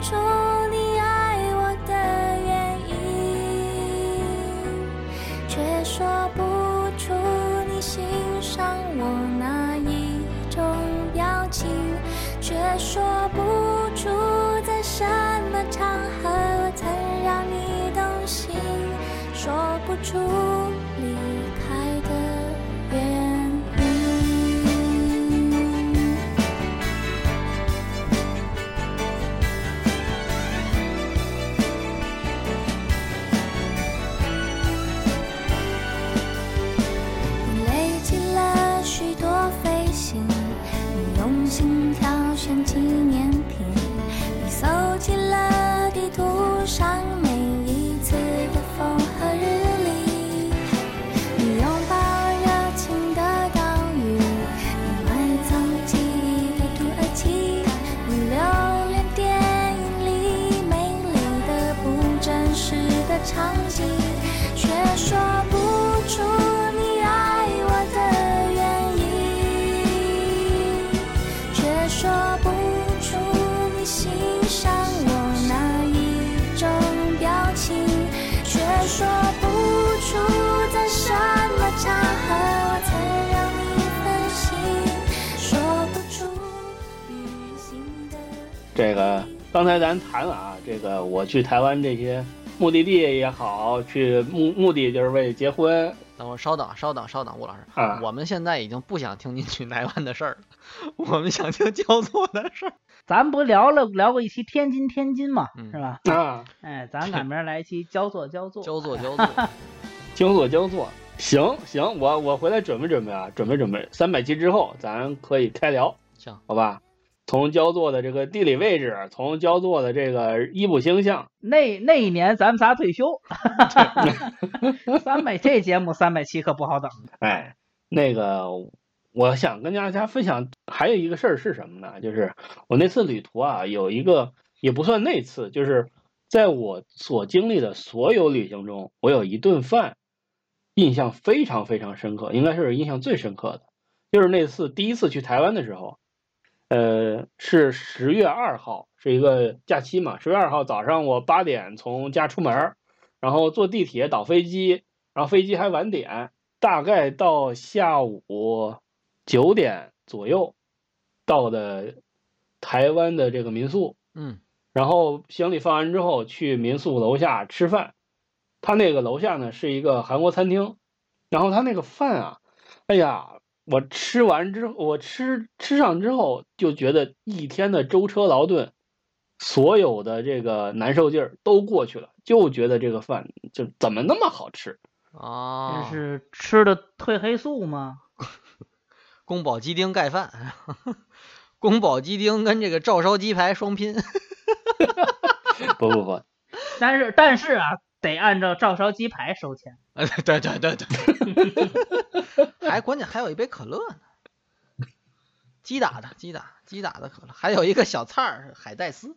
S4: 出你爱我的原因，却说不出你欣赏我哪一种表情，却说不出在什么场合我曾让你动心，说不出离开的原因。你累积了许多飞行，你用心挑选纪念品，你搜集了地图上每一次的风和日丽，你拥抱热情的岛屿，你埋藏记忆的土耳其，你留恋电影里美丽的不真实的场景，却说不出你爱我的原因，却说不出你欣赏我哪一种表情，却说不出在什么场合我曾让你分心，说不出旅行的。
S1: 这个刚才咱谈了啊，这个我去台湾这些目的地也好，去目目的就是为结婚
S3: 等会儿稍等，稍等，稍等，吴老师，
S1: 啊，
S3: 我们现在已经不想听您去 台湾的事儿了，我们想听焦作的事儿。
S2: 咱不聊了聊过一期天津天津嘛，
S3: 嗯
S2: 是吧？
S1: 啊，
S2: 哎，咱赶明儿来一期焦作焦作。
S3: 焦作，焦作，
S1: 焦作焦作，行行，我我回来准备准备啊，准备准备，三百期之后咱可以开聊，
S3: 行，
S1: 好吧？从焦作的这个地理位置，从焦作的这个衣部星象，
S2: 那那一年咱们仨退休， 三百这节目三百期可不好等。
S1: 哎，那个，我想跟大家分享还有一个事儿是什么呢？就是我那次旅途啊，有一个也不算那次，就是在我所经历的所有旅行中，我有一顿饭印象非常非常深刻，应该是印象最深刻的，就是那次第一次去台湾的时候，呃，是十月二号，是一个假期嘛，十月二号早上我八点从家出门儿，然后坐地铁倒飞机，然后飞机还晚点。大概到下午九点左右到的台湾的这个民宿，
S3: 嗯
S1: 然后行李放完之后去民宿楼下吃饭。他那个楼下呢是一个韩国餐厅，然后他那个饭啊，哎呀，我吃完之后，我吃吃上之后就觉得一天的舟车劳顿，所有的这个难受劲儿都过去了，就觉得这个饭就怎么那么好吃。
S2: 这
S3: 啊，
S2: 是吃的褪黑素吗？
S3: 宫保鸡丁盖饭，宫保鸡丁跟这个照烧鸡排双拼。
S1: 不不不，
S2: 但是但是啊，得按照照烧鸡排收钱。
S3: 哎，对对对对， 还关键还有一杯可乐呢，鸡打的鸡打鸡打的可乐，还有一个小菜儿是海带丝，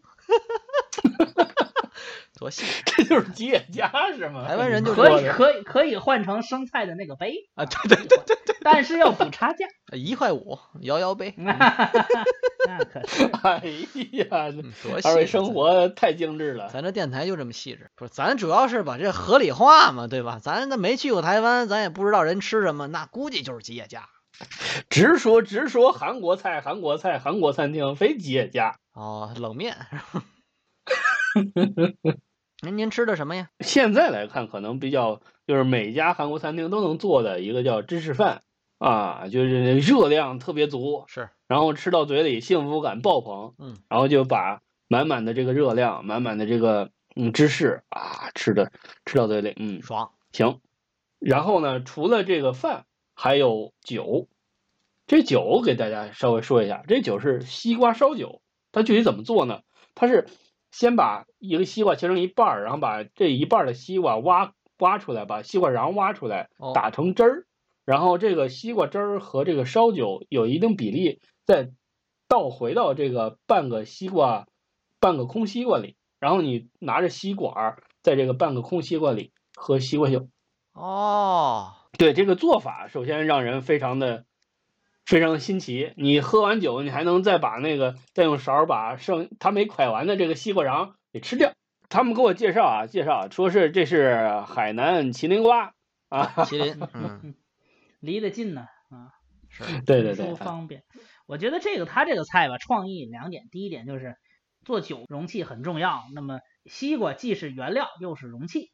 S3: 多细
S1: 这 就是吉野家是吗？
S3: 台湾人就
S1: 可
S2: 可
S1: 以
S2: 以可以可以换成生菜的那个杯，
S3: 啊！对对对
S2: 但是要补 差价。
S3: 对，一块五摇摇杯，
S2: 那可是
S1: 哎呀，
S3: 嗯多细
S1: 二位
S3: 致。
S1: 生活太精致了。
S3: 咱这电台就这么细致，不是？咱主要是把这合理化嘛，对吧？咱那没去过台湾，咱也不知道人吃什么，那估计就是吉野家。
S1: 直说直说，韩国菜，韩国菜，韩国餐厅，非吉野家。
S3: 哦，冷面。您您吃的什么呀？
S1: 现在来看，可能比较就是每家韩国餐厅都能做的一个叫芝士饭啊，就是热量特别足，
S3: 是，
S1: 然后吃到嘴里幸福感爆棚，
S3: 嗯，
S1: 然后就把满满的这个热量，满满的这个嗯芝士啊，吃的吃到嘴里，嗯，
S3: 爽。
S1: 行，然后呢，除了这个饭，还有酒。这酒给大家稍微说一下，这酒是西瓜烧酒。它具体怎么做呢？它是先把一个西瓜切成一半儿，然后把这一半儿的西瓜挖挖出来，把西瓜瓤挖出来，
S3: 哦
S1: 打成汁儿，然后这个西瓜汁儿和这个烧酒有一定比例，再倒回到这个半个西瓜、半个空西瓜里，然后你拿着吸管儿在这个半个空西瓜里喝西瓜酒。
S3: 哦，
S1: 对这个做法，首先让人非常的非常的新奇。你喝完酒，你还能再把那个再用勺儿把剩他没蒯完的这个西瓜瓤给吃掉。他们给我介绍啊，介绍说是这是海南麒麟瓜啊，
S3: 麒麟，嗯，
S2: 离得近呢，啊，
S3: 是，
S1: 对对对
S2: 说，方便。我觉得这个他这个菜吧，创意两点，第一点就是做酒容器很重要，那么西瓜既是原料又是容器，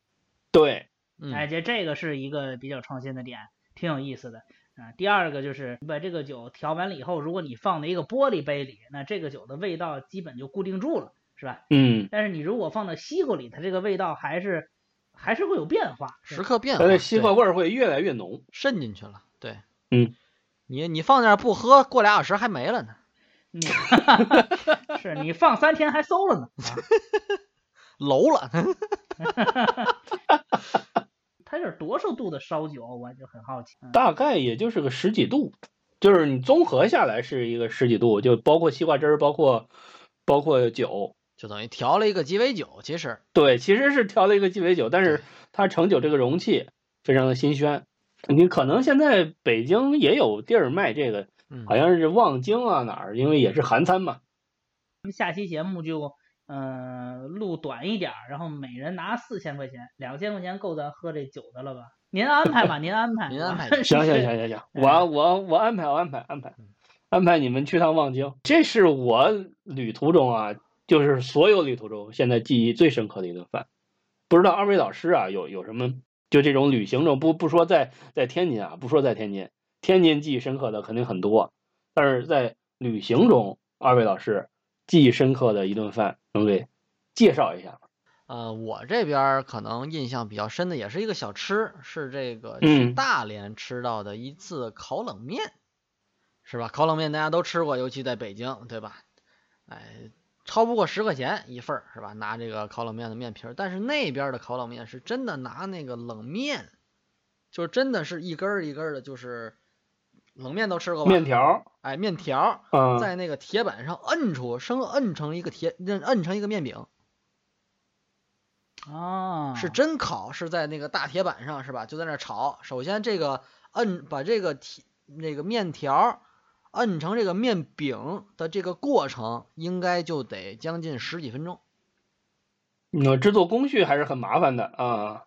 S1: 对
S2: 哎，
S3: 嗯，
S2: 这这个是一个比较创新的点，挺有意思的。啊，第二个就是你把这个酒调完了以后，如果你放在一个玻璃杯里，那这个酒的味道基本就固定住了，是吧？
S1: 嗯，
S2: 但是你如果放到西瓜里，它这个味道还是还是会有变化。是
S3: 时
S2: 吧
S3: 刻变化，
S1: 它的西瓜味
S3: 对
S1: 儿会越来越浓。
S3: 渗进去了，对，
S1: 嗯，
S3: 你你放那儿不喝，过俩小时还没了呢，
S2: 你 是你放三天还馊了呢。啊
S3: 楼了，
S2: 它是多少度的烧酒，我就很好奇。嗯
S1: 大概也就是个十几度，就是你综合下来是一个十几度，就包括西瓜汁儿，包括包括酒。
S3: 就等于调了一个鸡尾酒，其实
S1: 对，其实是调了一个鸡尾酒，但
S3: 对
S1: 是它盛酒这个容器非常的新鲜。你可能现在北京也有地儿卖这个，
S3: 嗯
S1: 好像是望京啊哪儿，因为也是韩餐嘛。
S2: 咱们下期节目就呃录短一点儿，然后每人拿四千块钱，两千块钱够咱喝这酒的了吧？您安排 吧，您安排，
S3: 您安排
S2: 是
S1: 行行行行行，
S3: 哎
S1: 我我我安排我安排安排
S3: 嗯
S1: 安排你们去趟望京，这是我旅途中啊，就是所有旅途中现在记忆最深刻的一顿饭。不知道二位老师啊有有什么就这种旅行中不不说在在天津啊，不说在天津，天津记忆深刻的肯定很多，但是在旅行中，二位老师记忆深刻的一顿饭能给介绍一下吗？
S3: 呃，我这边儿可能印象比较深的也是一个小吃，是这个去
S1: 嗯
S3: 大连吃到的一次烤冷面，是吧？烤冷面大家都吃过，尤其在北京，对吧？哎，超不过十块钱一份儿，是吧？拿这个烤冷面的面皮儿，但是那边儿的烤冷面是真的拿那个冷面，就是真的是一根儿一根儿的，就是冷面都吃过吧？
S1: 面条儿，
S3: 哎，面条儿
S1: 嗯、
S3: 在那个铁板上摁出，生摁成一个铁，摁摁成一个面饼。
S2: 啊，
S3: 是真烤，是在那个大铁板上是吧？就在那儿炒。首先这个摁把这个铁那个面条儿摁成这个面饼的这个过程，应该就得将近十几分钟。
S1: 嗯，制作工序还是很麻烦的啊。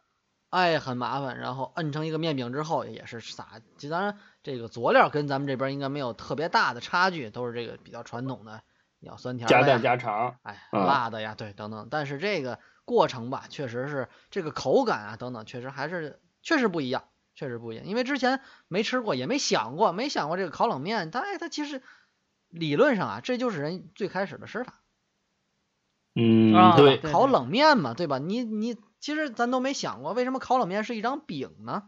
S3: 哎，很麻烦。然后摁成一个面饼之后，也是撒。就当然，这个佐料跟咱们这边应该没有特别大的差距，都是这个比较传统的，要酸甜儿
S1: 加
S3: 的呀
S1: 蛋加肠儿，
S3: 哎，
S1: 嗯
S3: 辣的呀，对，等等。但是这个过程吧，确实是这个口感啊，等等，确实还是确实不一样，确实不一样。因为之前没吃过，也没想过，没想过这个烤冷面，它哎它其实理论上啊，这就是人最开始的吃法，
S1: 嗯，
S2: 啊
S1: 对，
S2: 对
S3: 烤
S2: 对
S3: 冷面嘛，对吧？你你其实咱都没想过，为什么烤冷面是一张饼呢？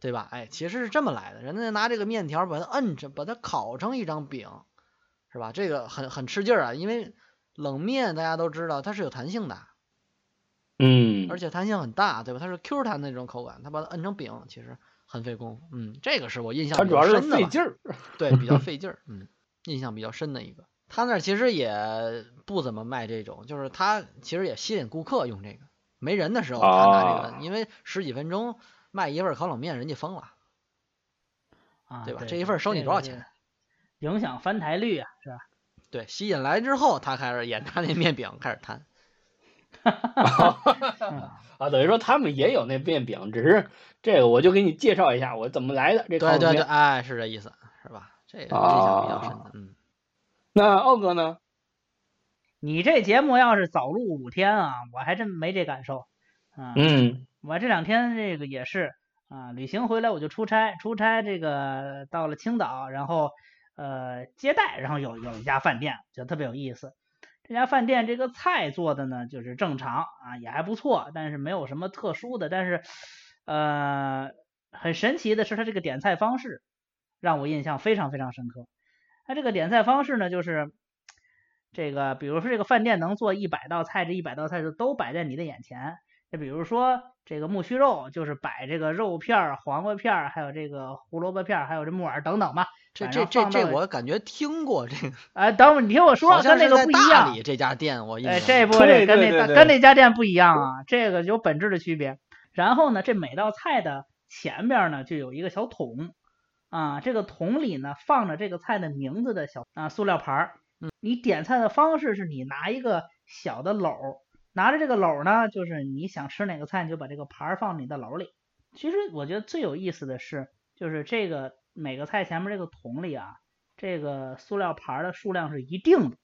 S3: 对吧？哎，其实是这么来的，人家拿这个面条把它摁着，把它烤成一张饼，是吧？这个很很吃劲儿啊，因为冷面大家都知道它是有弹性的，
S1: 嗯，
S3: 而且弹性很大，对吧？它是 Q 弹那种口感，它把它摁成饼，其实很费功夫。嗯，这个是我印象
S1: 它
S3: 比
S1: 主
S3: 较
S1: 要是
S3: 深的
S1: 费
S3: 吧
S1: 劲儿。
S3: 对，比较费 劲儿。嗯，印象比较深的一个。他那儿其实也不怎么卖这种，就是他其实也吸引顾客用这个。没人的时候，他拿这
S2: 哦
S1: 啊
S3: 个，因为十几分钟卖一份烤冷面，人家疯了。
S2: 啊，
S3: 对吧
S2: 对
S3: 这一份收你多少？钱
S2: 这个这个影响翻台率啊，是吧？
S3: 对，吸引来之后，他开始也拿那面饼开始摊。
S1: 啊，等于说他们也有那面饼，只是这个我就给你介绍一下我怎么来的这烤
S3: 对
S1: 冷
S3: 对
S1: 面。
S3: 对，哎，是这意思，是吧？这个印象比较深
S2: 哦
S3: 的，嗯。
S1: 那奥哥呢？
S2: 你这节目要是早录五天啊，我还真没这感受。啊，
S1: 嗯
S2: 我这两天这个也是啊，旅行回来我就出差，出差这个到了青岛，然后呃接待，然后有有一家饭店，就特别有意思。这家饭店这个菜做的呢，就是正常啊，也还不错，但是没有什么特殊的。但是呃，很神奇的是它这个点菜方式让我印象非常非常深刻。它这个点菜方式呢，就是这个，比如说这个饭店能做一百道菜，这一百道菜就都摆在你的眼前。那比如说这个木须肉，就是摆这个肉片儿、黄瓜片儿，还有这个胡萝卜片儿，还有这木耳等等吧。
S3: 这
S2: 反
S3: 这
S2: 正
S3: 这
S2: 放到
S3: 这我感觉听过这个，
S2: 哎，等会儿你听我
S3: 好
S2: 说，
S3: 像
S2: 跟那
S3: 是
S2: 个
S3: 在
S2: 不一
S3: 大
S2: 样。
S3: 理这家店，我印
S2: 哎，
S3: 象
S2: 这不
S3: 中
S2: 这
S1: 对
S2: 跟那
S1: 对
S2: 大
S1: 对
S2: 跟那家店不一样啊，这个有本质的区别。然后呢，这每道菜的前边儿呢就有一个小桶啊，这个桶里呢放着这个菜的名字的小啊塑料盘儿。
S1: 嗯
S2: 你点菜的方式是你拿一个小的篓儿，拿着这个篓儿呢，就是你想吃哪个菜，你就把这个盘儿放你的篓里。其实我觉得最有意思的是，就是这个每个菜前面这个桶里啊，这个塑料盘儿的数量是一定的。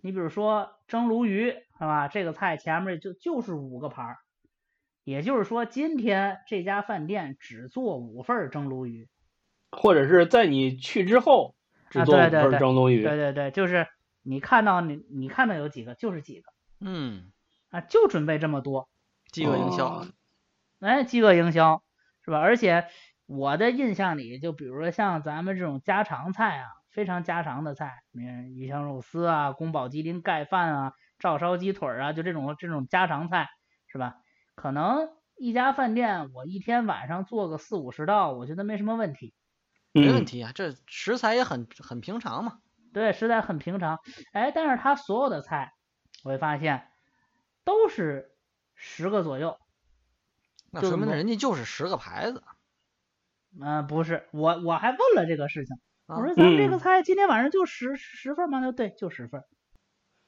S2: 你比如说蒸鲈鱼是吧？这个菜前面就就是五个盘儿，也就是说今天这家饭店只做五份儿蒸鲈鱼。
S1: 或者是在你去之后只
S2: 啊
S1: 做
S2: 对
S1: 五
S2: 对
S1: 份
S2: 对
S1: 蒸鲈鱼，
S2: 对对对，就是你看到你你看到有几个就是几个
S3: 嗯，
S2: 啊，就准备这么多。
S3: 饥饿营销
S1: 哦，
S2: 哎，饥饿营销是吧？而且我的印象里，就比如说像咱们这种家常菜啊，非常家常的菜，嗯，鱼香肉丝啊、宫保鸡丁盖饭啊、照烧鸡腿儿啊，就这种这种家常菜是吧？可能一家饭店我一天晚上做个四五十道，我觉得没什么问题。
S3: 没问
S1: 嗯，
S3: 题啊，这食材也很很平常嘛，
S2: 对，实在很平常。哎，但是它所有的菜，我会发现都是十个左右，
S3: 那
S2: 就
S3: 说
S2: 这么
S3: 明
S2: 多
S3: 人家就是十个牌子，
S2: 嗯、不是，我我还问了这个事情，
S3: 啊
S2: 我说咱们这个
S1: 嗯
S2: 菜今天晚上就十十份儿吗？他说对，就十份儿。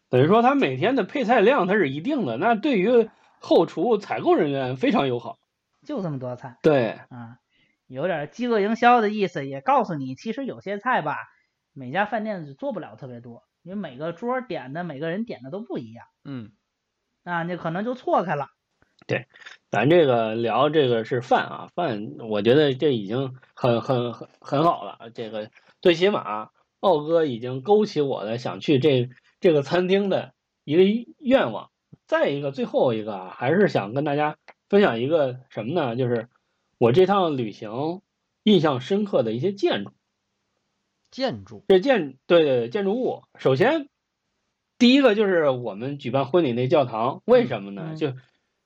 S1: 等于说它每天的配菜量它是一定的，那对于后厨采购人员非常友好。
S2: 就这么多菜
S1: 对，
S2: 啊，有点饥饿营销的意思，也告诉你，其实有些菜吧，每家饭店做不了特别多，因为每个桌儿点的每个人点的都不一样
S3: 嗯，
S2: 啊，你可能就错开了。
S1: 咱这个聊这个是饭啊，饭，我觉得这已经很很很很好了。这个最起码奥哥已经勾起我的想去这这个餐厅的一个愿望。再一个，最后一个啊，还是想跟大家分享一个什么呢？就是我这趟旅行印象深刻的一些建筑。
S3: 建筑，
S1: 这建对对对建筑物，首先第一个就是我们举办婚礼那教堂，为什么呢？
S2: 嗯
S1: 就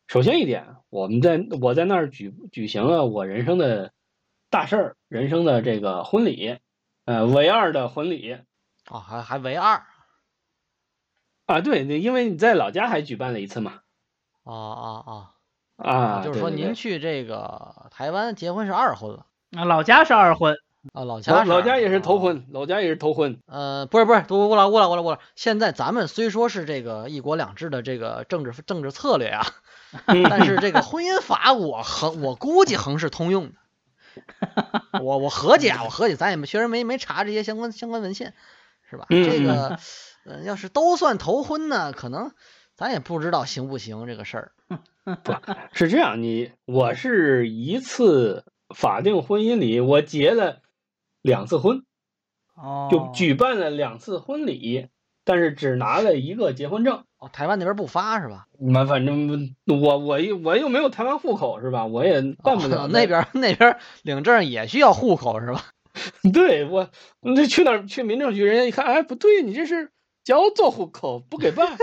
S1: 首先一点，我们在我在那儿举举行了我人生的大事儿，人生的这个婚礼，呃，唯二的婚礼
S3: 哦，还还唯二，
S1: 啊，对，那因为你在老家还举办了一次嘛，
S3: 哦哦
S1: 啊，
S3: 哦，就是说
S1: 对对对
S3: 您去这个台湾结婚是二婚了
S2: 啊，老家是二婚，
S3: 啊，老家
S1: 老
S3: 是
S1: 老
S3: 二
S1: 家也是头，
S3: 哦
S1: 婚，老家也是头婚，
S3: 呃，不是不是，不不了不了不了不了，现在咱们虽说是这个一国两制的这个政治政治策略 啊，但是这个婚姻法我横我估计横是通用的。 我我合计啊，我合计，咱也没确实没没查这些相关相关文献，是吧？
S1: 嗯
S3: 这个，呃，要是都算头婚呢，可能咱也不知道行不行这个事儿。
S1: 是这样，你我是一次法定婚姻里我结了两次婚。
S2: 哦，
S1: 就举办了两次婚礼，但是只拿了一个结婚证。
S3: 哦，台湾那边不发是吧？
S1: 你们反正我我又我又没有台湾户口是吧？我也办不了、
S3: 哦、那。边那边领证也需要户口是吧？
S1: 对我，那去哪儿去民政局？人家一看，哎，不对，你这是交做户口，不给办。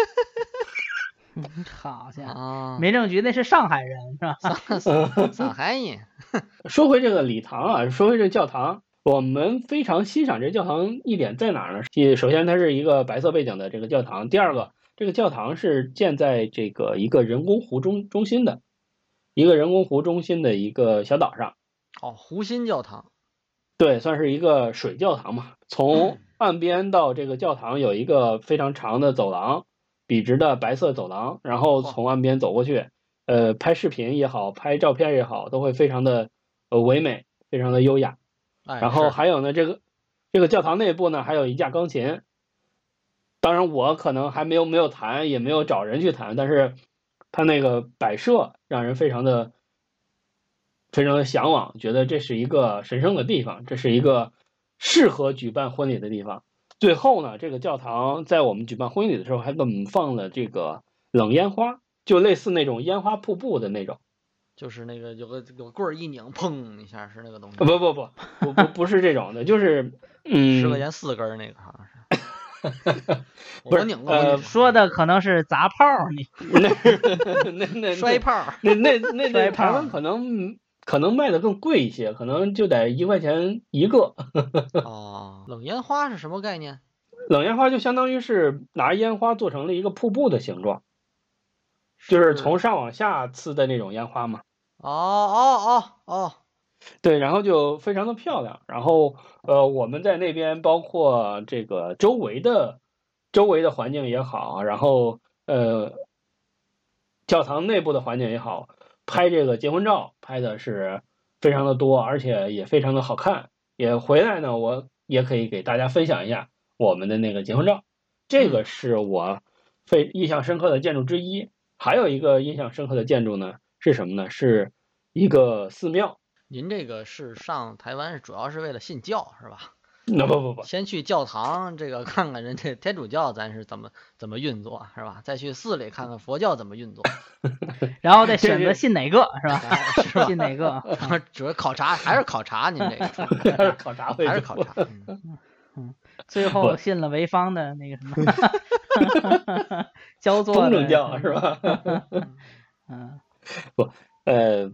S2: 好家伙，
S3: 啊，
S2: 民政局那是上海人是吧？
S3: 上海人，
S1: 说回这个礼堂啊，说回这教堂，我们非常欣赏这教堂一点在哪儿呢？一首先它是一个白色背景的这个教堂，第二个，这个教堂是建在这个一个人工湖中中心的，一个人工湖中心的一个小岛上。
S3: 哦，湖心教堂，
S1: 对，算是一个水教堂嘛。从岸边到这个教堂有一个非常长的走廊，笔直的白色走廊，然后
S3: 嚯
S1: 从岸边走过去，呃，拍视频也好，拍照片也好，都会非常的呃唯美，非常的优雅。
S3: 哎，
S1: 然后
S3: 是
S1: 还有呢，这个这个教堂内部呢，还有一架钢琴。当然，我可能还没有没有弹，也没有找人去弹，但是它那个摆设让人非常的非常的向往，觉得这是一个神圣的地方，这是一个适合举办婚礼的地方。最后呢，这个教堂在我们举办婚礼的时候，还给我们放了这个冷烟花，就类似那种烟花瀑布的那种。
S3: 就是那个有个有个棍儿一拧，砰一下是那个
S1: 呃
S3: 东西
S1: 啊，不不不，不不不是这种的，就是嗯，
S3: 十块钱四根儿那个好像是。我
S1: 不是呃
S3: 拧过，我拧
S2: 你说的可能是砸炮儿，你
S1: 那 那那
S3: 过摔炮儿，
S1: 那那那
S2: 摔
S1: 那
S2: 炮
S1: 台湾可能可能卖的更贵一些，可能就得一块钱一个。
S3: 哦，冷烟花是什么概念？
S1: 冷烟花就相当于是拿烟花做成了一个瀑布的形状，就是从上往下呲的那种烟花嘛。
S3: 哦哦哦哦，
S1: 对，然后就非常的漂亮。然后呃，我们在那边包括这个周围的周围的环境也好，然后呃教堂内部的环境也好，拍这个结婚照拍的是非常的多，而且也非常的好看。也回来呢，我也可以给大家分享一下我们的那个结婚照，这个是我非印象深刻的建筑之一。还有一个印象深刻的建筑呢是什么呢？是一个寺庙。
S3: 您这个是上台湾是主要是为了信教是吧？
S1: 那不不不，
S3: 先去教堂这个看看人家天主教咱是怎么怎么运作是吧？再去寺里看看佛教怎么运作哎
S2: 然后再
S1: 这
S2: 选择
S1: 是
S2: 信哪个是吧？
S3: 是 吧？
S2: 信哪个？啊
S3: 然后主要考察还是考察您这个主要
S1: 还是考察会
S3: 还是
S1: 多
S3: 考察。嗯
S2: 最后信了潍坊的那个什 么 焦作
S1: 东
S2: 的
S1: 正教是？吧？
S2: 嗯，
S1: 呃，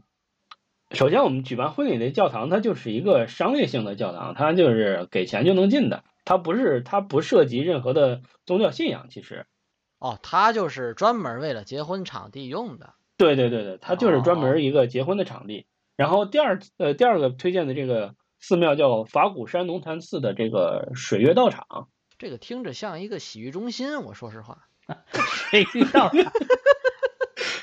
S1: 首先我们举办婚礼的教堂，它就是一个商业性的教堂，它就是给钱就能进的，它不是它不涉及任何的宗教信仰。其实，
S3: 哦，他就是专门为了结婚场地用的。
S1: 对对对对，它就是专
S3: 哦
S1: 门一个结婚的场地。然后第二呃第二个推荐的这个寺庙叫法鼓山龙潭寺的这个水月道场，
S3: 这个听着像一个洗浴中心，我说实话，
S2: 谁知道？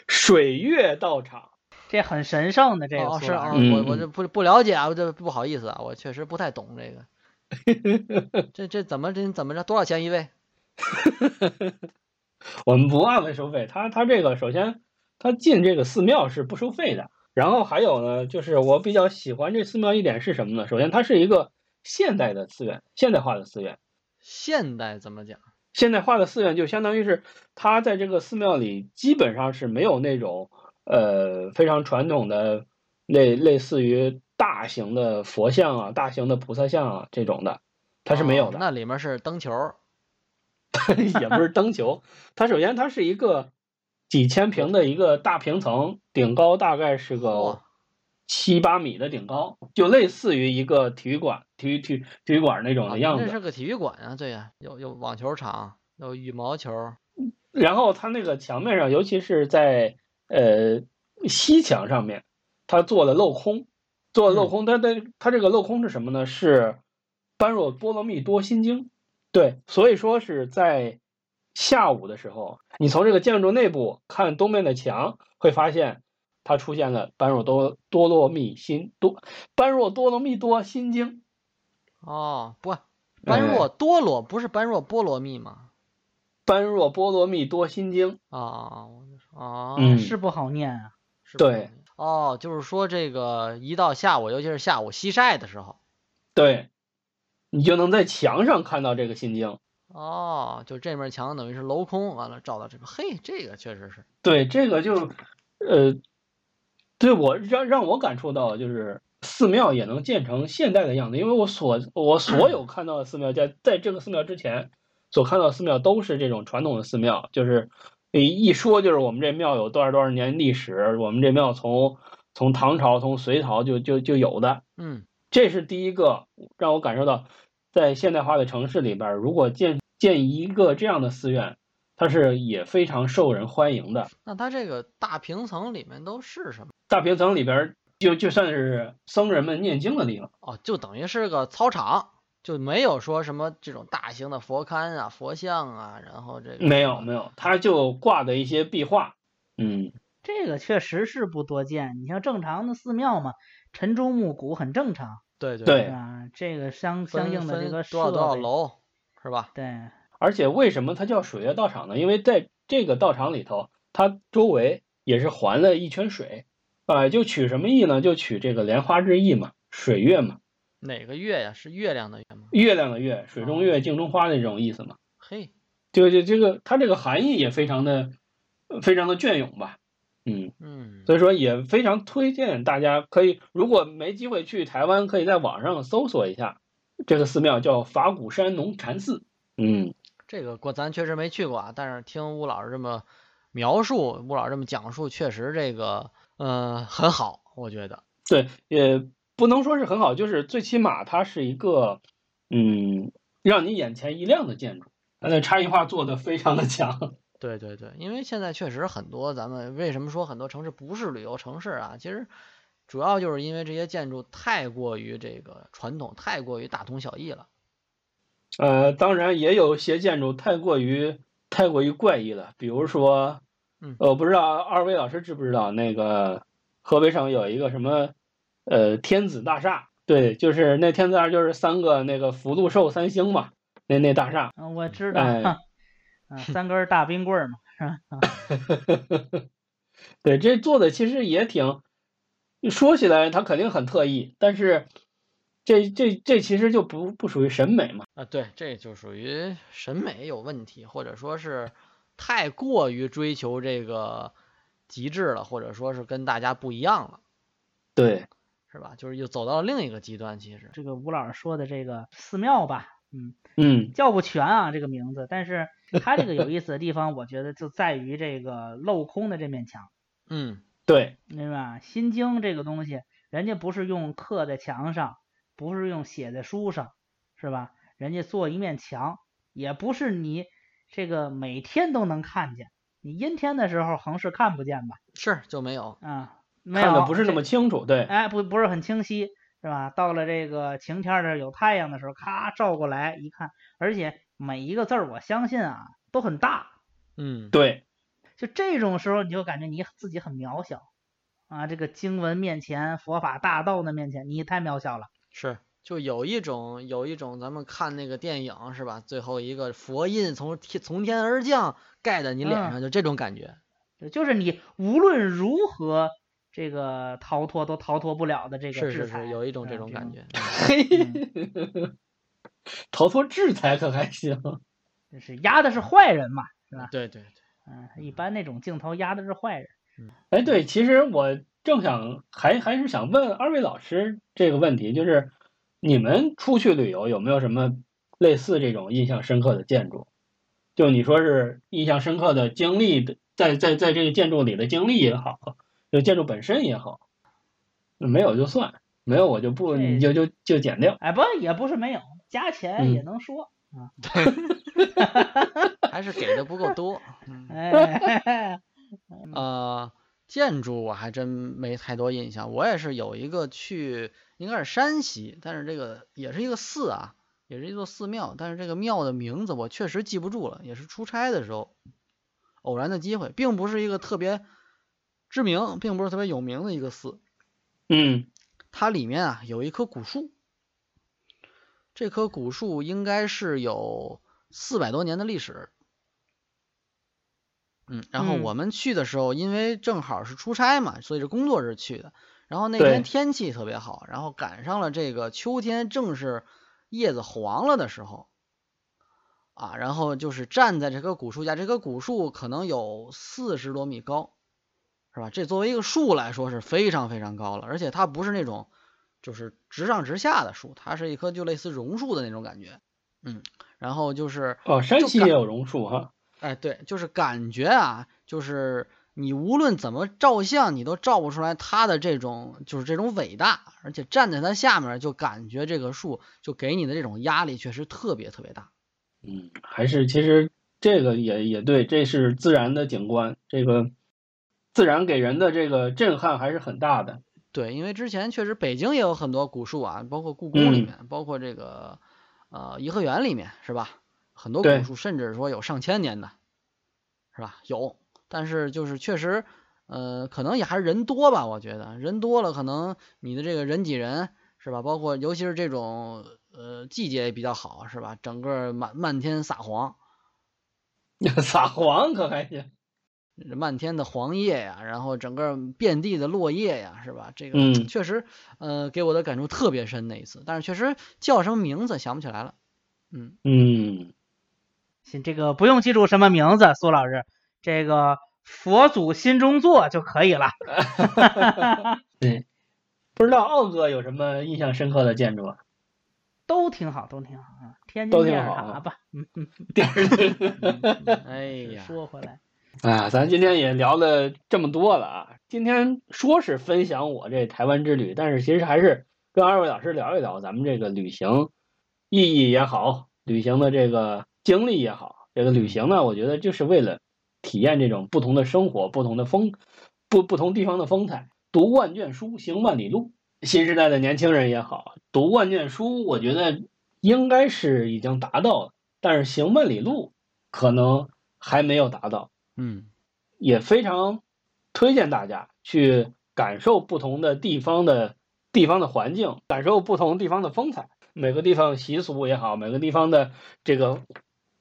S1: 水月道场。
S2: 这很神圣的这个啊
S3: 哦
S2: 苏
S3: 是
S2: 老
S3: 哦，
S2: 师
S1: 嗯
S3: 我我这不不了解啊，我这不好意思啊，我确实不太懂这个。 这这怎么这怎么着？多少钱一位？
S1: 我们不按位收费，他他这个首先他进这个寺庙是不收费的，然后还有呢，就是我比较喜欢这寺庙一点是什么呢？首先它是一个现代的寺院，现代化的寺院，
S3: 现代怎么讲？
S1: 现代化的寺院就相当于是它在这个寺庙里基本上是没有那种呃非常传统的类类似于大型的佛像啊、大型的菩萨像啊这种的，它是没有
S3: 哦
S1: 的。
S3: 那里面是灯球儿，
S1: 也不是灯球，它首先它是一个几千平的一个大平层，顶高大概是
S3: 嚯
S1: 个七八米的顶高，就类似于一个体育馆、体育体育体育馆那种
S3: 啊
S1: 的
S3: 您
S1: 样
S3: 这
S1: 子。
S3: 是个体育馆啊，对呀、有有网球场，有羽毛球儿，
S1: 然后它那个墙面上，尤其是在呃西墙上面，它做了镂空，做了镂空。它它它这个镂空是什么呢？是般若波罗蜜多心经。对，所以说是在下午的时候，你从这个建筑内部看东面的墙，会发现它出现了般若多多罗蜜心多般若多罗蜜多心经。哎嗯
S3: 哦，不，般若多罗不是般若波罗蜜吗？
S1: 般若波罗蜜多心经，
S3: 啊，我就说啊，
S1: 嗯，
S2: 是不好念啊。
S3: 是
S1: 对
S3: 般若，哦，就是说这个一到下午，尤其是下午西晒的时候，
S1: 对，你就能在墙上看到这个心经。
S3: 哦，就这面墙等于是镂空，完了照到这边，嘿，这个确实是，
S1: 对，这个就，呃，对我让让我感触到就是寺庙也能建成现代的样子，因为我所我所有看到的寺庙，在在这个寺庙之前所看到的寺庙都是这种传统的寺庙，就是一一说就是我们这庙有多少多少年历史，我们这庙从从唐朝从隋朝就就就有的，
S3: 嗯，
S1: 这是第一个让我感受到，在现代化的城市里边儿，如果建建一个这样的寺院，它是也非常受人欢迎的。
S3: 那它这个大平层里面都是什么？
S1: 大平层里边儿就就算是僧人们念经的地方，
S3: 哦，就等于是个操场，就没有说什么这种大型的佛龛啊、佛像啊，然后这个
S1: 没有没有，他就挂的一些壁画，嗯，
S2: 这个确实是不多见。你像正常的寺庙嘛，晨钟暮鼓很正常，
S3: 对对
S1: 对
S2: 对吧？这个相相
S3: 分
S2: 应的这
S3: 分
S2: 个
S3: 多少多少
S2: 设备，
S3: 楼是吧？
S2: 对，
S1: 而且为什么它叫水月道场呢？因为在这个道场里头，它周围也是环了一圈水，啊、就取什么意呢？就取这个莲花之意嘛，水月嘛，
S3: 哪个月呀、是月亮的月吗？
S1: 月亮的月，水中月，镜中花那种意思嘛。
S3: 嘿，
S1: 就就这个，它这个含义也非常的呃非常的隽永吧，嗯。
S3: 嗯，
S1: 所以说也非常推荐大家可以，如果没机会去台湾，可以在网上搜索一下这个寺庙，叫法鼓山农禅寺。嗯，
S3: 这个过咱确实没去过啊，但是听吴老师这么描述，吴老师这么讲述，确实这个呃很好，我觉得。
S1: 对，也不能说是很好，就是最起码它是一个，嗯，让你眼前一亮的建筑。它的差异化做得非常的强。
S3: 对对对，因为现在确实很多咱们为什么说很多城市不是旅游城市啊？其实主要就是因为这些建筑太过于这个传统，太过于大同小异了。
S1: 呃，当然也有些建筑太过于太过于怪异了，比如说，
S3: 嗯
S1: 呃我不知道二位老师知不知道那个河北省有一个什么呃天子大厦，对，就是那天子大厦就是三个那个福禄寿三星嘛，那那大厦，
S2: 嗯，我知道，
S1: 哎
S2: 嗯，三根儿大冰棍儿嘛，是吧？啊
S1: 对，这做的其实也挺，说起来他肯定很特意，但是这这这其实就不不属于审美嘛。
S3: 啊，对，这就属于审美有问题，或者说是太过于追求这个极致了，或者说是跟大家不一样了，
S1: 对，
S3: 是吧？就是又走到了另一个极端，其实。
S2: 这个吴老师说的这个寺庙吧，嗯，
S1: 嗯，
S2: 叫不全啊这个名字，但是它这个有意思的地方，我觉得就在于这个镂空的这面墙，
S3: 嗯，
S1: 对，
S2: 明白吧？心经这个东西，人家不是用刻在墙上，不是用写在书上，是吧？人家做一面墙，也不是你这个每天都能看见，你阴天的时候横是看不见吧？
S3: 是就没有。
S2: 啊，没有，
S1: 看的不是那么清楚， 对，
S2: 哎，不不是很清晰，是吧？到了这个晴天儿的有太阳的时候，咔照过来一看，而且每一个字儿，我相信啊都很大，
S3: 嗯，
S1: 对，
S2: 就这种时候你就感觉你自己很渺小啊，这个经文面前，佛法大道的面前，你太渺小了。
S3: 是，就有一种有一种咱们看那个电影是吧？最后一个佛印从天从天而降，盖在你脸上，就这种感觉。
S2: 就就是你无论如何这个逃脱都逃脱不了的这个
S3: 是
S2: 制
S3: 是
S2: 裁，
S3: 是，有一种这
S2: 嗯
S3: 种感。觉。
S1: 嘿，逃脱制裁可还行。
S2: 就是压的是坏人嘛，吧
S3: 对对对，
S2: 嗯，一般那种镜头压的是坏人。
S1: 哎，对，其实我正想还还是想问二位老师这个问题，就是你们出去旅游有没有什么类似这种印象深刻的建筑？就你说是印象深刻的经历的，在在在这个建筑里的经历也好，就建筑本身也好，没有就算，没有我就不
S2: 这
S1: 你就就就减掉。
S2: 哎，不也不是没有，加钱
S3: 嗯
S2: 也能说。
S3: 还是给的不够多。嗯。
S2: 哎，
S3: 呃，建筑我还真没太多印象。我也是有一个去，应该是山西，但是这个也是一个寺啊，也是一座寺庙，但是这个庙的名字我确实记不住了，也是出差的时候偶然的机会，并不是一个特别知名，并不是特别有名的一个寺。
S1: 嗯，
S3: 它里面啊有一棵古树，这棵古树应该是有四百多年的历史。嗯，然后
S2: 嗯
S3: 我们去的时候，因为正好是出差嘛，所以是工作日去的。然后那
S1: 对
S3: 天天气特别好，然后赶上了这个秋天，正是叶子黄了的时候。啊，然后就是站在这棵古树下，这棵古树可能有四十多米高，是吧？这作为一个树来说是非常非常高了，而且它不是那种就是直上直下的树，它是一棵就类似榕树的那种感觉，嗯，然后就是
S1: 哦，山
S3: 就
S1: 西
S3: 感
S1: 也有榕树哈。
S3: 哎，对，就是感觉啊，就是你无论怎么照相，你都照不出来它的这种就是这种伟大，而且站在它下面儿就感觉这个树就给你的这种压力确实特别特别大。
S1: 嗯，还是其实这个也也对，这是自然的景观，这个自然给人的这个震撼还是很大的。
S3: 对，因为之前确实北京也有很多古树啊，包括故宫里
S1: 嗯
S3: 面，包括这个呃颐和园里面，是吧？很多
S1: 对
S3: 古树，甚至说有上千年的，是吧？有，但是就是确实，呃，可能也还是人多吧，我觉得人多了，可能你的这个人挤人，是吧？包括尤其是这种呃季节也比较好，是吧？整个满漫天撒黄，
S1: 撒谎可还行？
S3: 漫天的黄叶呀，然后整个遍地的落叶呀，是吧？这个
S1: 嗯
S3: 确实，呃，给我的感触特别深那一次，但是确实叫什么名字想不起来了。嗯，
S1: 嗯，
S2: 行，这个不用记住什么名字，苏老师，这个佛祖心中坐就可以了。
S1: 不知道奥哥有什么印象深刻的建筑啊？
S2: 都挺好，都挺好啊。天津
S1: 都挺
S2: 电视
S1: 好
S2: 塔
S1: 啊
S2: 吧，嗯，
S3: 哎呀，
S2: 说回来，
S1: 啊，咱今天也聊了这么多了啊。今天说是分享我这台湾之旅，但是其实还是跟二位老师聊一聊咱们这个旅行意义也好，旅行的这个经历也好。这个旅行呢，我觉得就是为了体验这种不同的生活、不同的风、不不同地方的风采。读万卷书，行万里路。新时代的年轻人也好，读万卷书，我觉得应该是已经达到了，但是行万里路可能还没有达到。
S3: 嗯
S1: 也非常推荐大家去感受不同的地方的地方的环境，感受不同地方的风采，每个地方习俗也好，每个地方的这个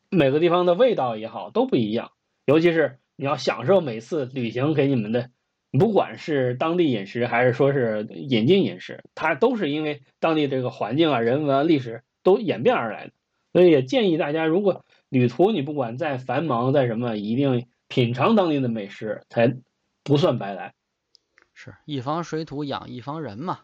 S1: 每个地方的味道也好都不一样。尤其是你要享受每次旅行给你们的，不管是当地饮食还是说是引进饮食，它都是因为当地这个环境啊、人文啊、历史都演变而来的。所以也建议大家，如果旅途你不管再繁忙再什么，一定品尝当地的美食，才不算白来。
S3: 是一方水土养一方人嘛，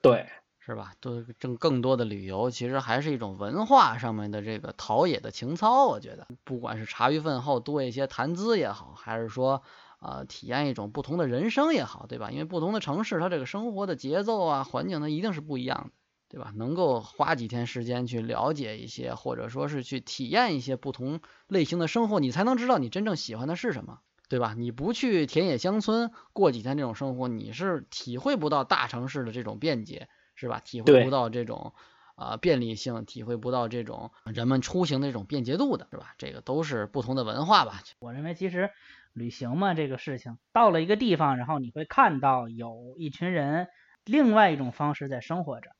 S1: 对，
S3: 是吧？多更更多的旅游，其实还是一种文化上面的这个陶冶的情操。我觉得，不管是茶余饭后多一些谈资也好，还是说啊、呃体验一种不同的人生也好，对吧？因为不同的城市，它这个生活的节奏啊、环境，它一定是不一样的，对吧？能够花几天时间去了解一些，或者说是去体验一些不同类型的生活，你才能知道你真正喜欢的是什么。对吧？你不去田野乡村过几天这种生活，你是体会不到大城市的这种便捷，是吧？体会
S1: 对
S3: 不到这种啊、便利性，体会不到这种人们出行的这种便捷度的，是吧？这个都是不同的文化吧。
S2: 我认为其实旅行嘛，这个事情到了一个地方，然后你会看到有一群人另外一种方式在生活着。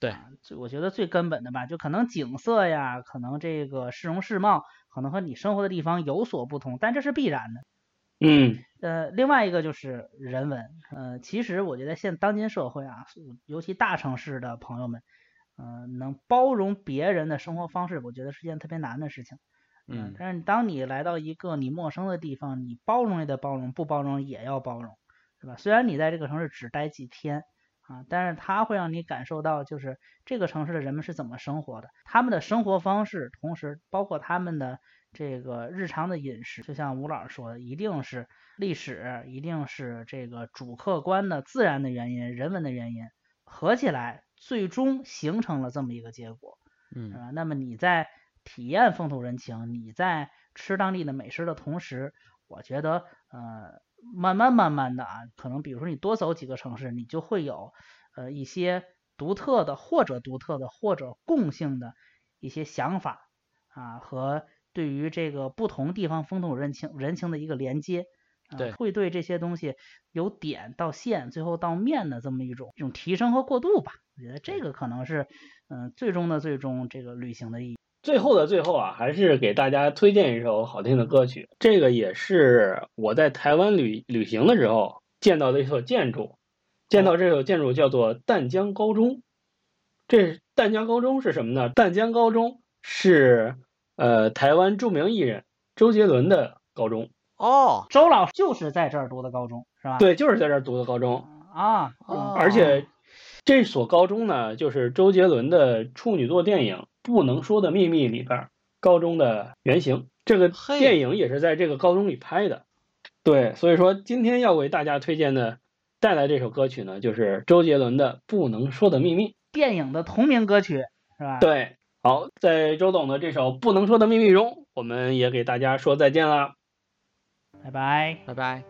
S3: 对
S2: 啊，最我觉得最根本的吧，就可能景色呀，可能这个市容市貌，可能和你生活的地方有所不同，但这是必然的。
S1: 嗯，
S2: 呃，另外一个就是人文。呃，其实我觉得现当今社会啊，尤其大城市的朋友们，呃，能包容别人的生活方式，我觉得是件特别难的事情。呃
S3: 嗯，
S2: 但是当你来到一个你陌生的地方，你包容也得包容，不包容也要包容，是吧？虽然你在这个城市只待几天啊，但是它会让你感受到，就是这个城市的人们是怎么生活的，他们的生活方式，同时包括他们的这个日常的饮食，就像吴老师说的，一定是历史，一定是这个主客观的自然的原因、人文的原因合起来，最终形成了这么一个结果。是
S3: 嗯，
S2: 吧？那么你在体验风土人情，你在吃当地的美食的同时，我觉得呃，慢慢慢慢的啊，可能比如说你多走几个城市，你就会有呃一些独特的或者独特的或者共性的一些想法啊和对于这个不同地方风土人情人情的一个连接。啊
S3: 对
S2: 会对这些东西由点到线，最后到面的这么一种一种提升和过渡吧。我觉得这个可能是，嗯、最终的最终这个旅行的意义。
S1: 最后的最后啊，还是给大家推荐一首好听的歌曲。这个也是我在台湾旅旅行的时候见到的一所建筑，见到这所建筑叫做淡江高中。这淡江高中是什么呢？淡江高中是呃台湾著名艺人周杰伦的高中，
S3: 哦，
S2: 周老师就是在这儿读的高中，是吧？
S1: 对，就是在这儿读的高中。
S2: 啊，
S3: 哦
S1: 而且这所高中呢，就是周杰伦的处女作电影《不能说的秘密》里边儿高中的原型。这个
S3: 嘿
S1: 电影也是在这个高中里拍的。对，所以说今天要为大家推荐的带来这首歌曲呢，就是周杰伦的《不能说的秘密》。
S2: 电影的同名歌曲，是吧？，
S1: 对，好，在周董的这首《不能说的秘密》中，我们也给大家说再见啦。
S2: 拜拜。
S3: 拜拜。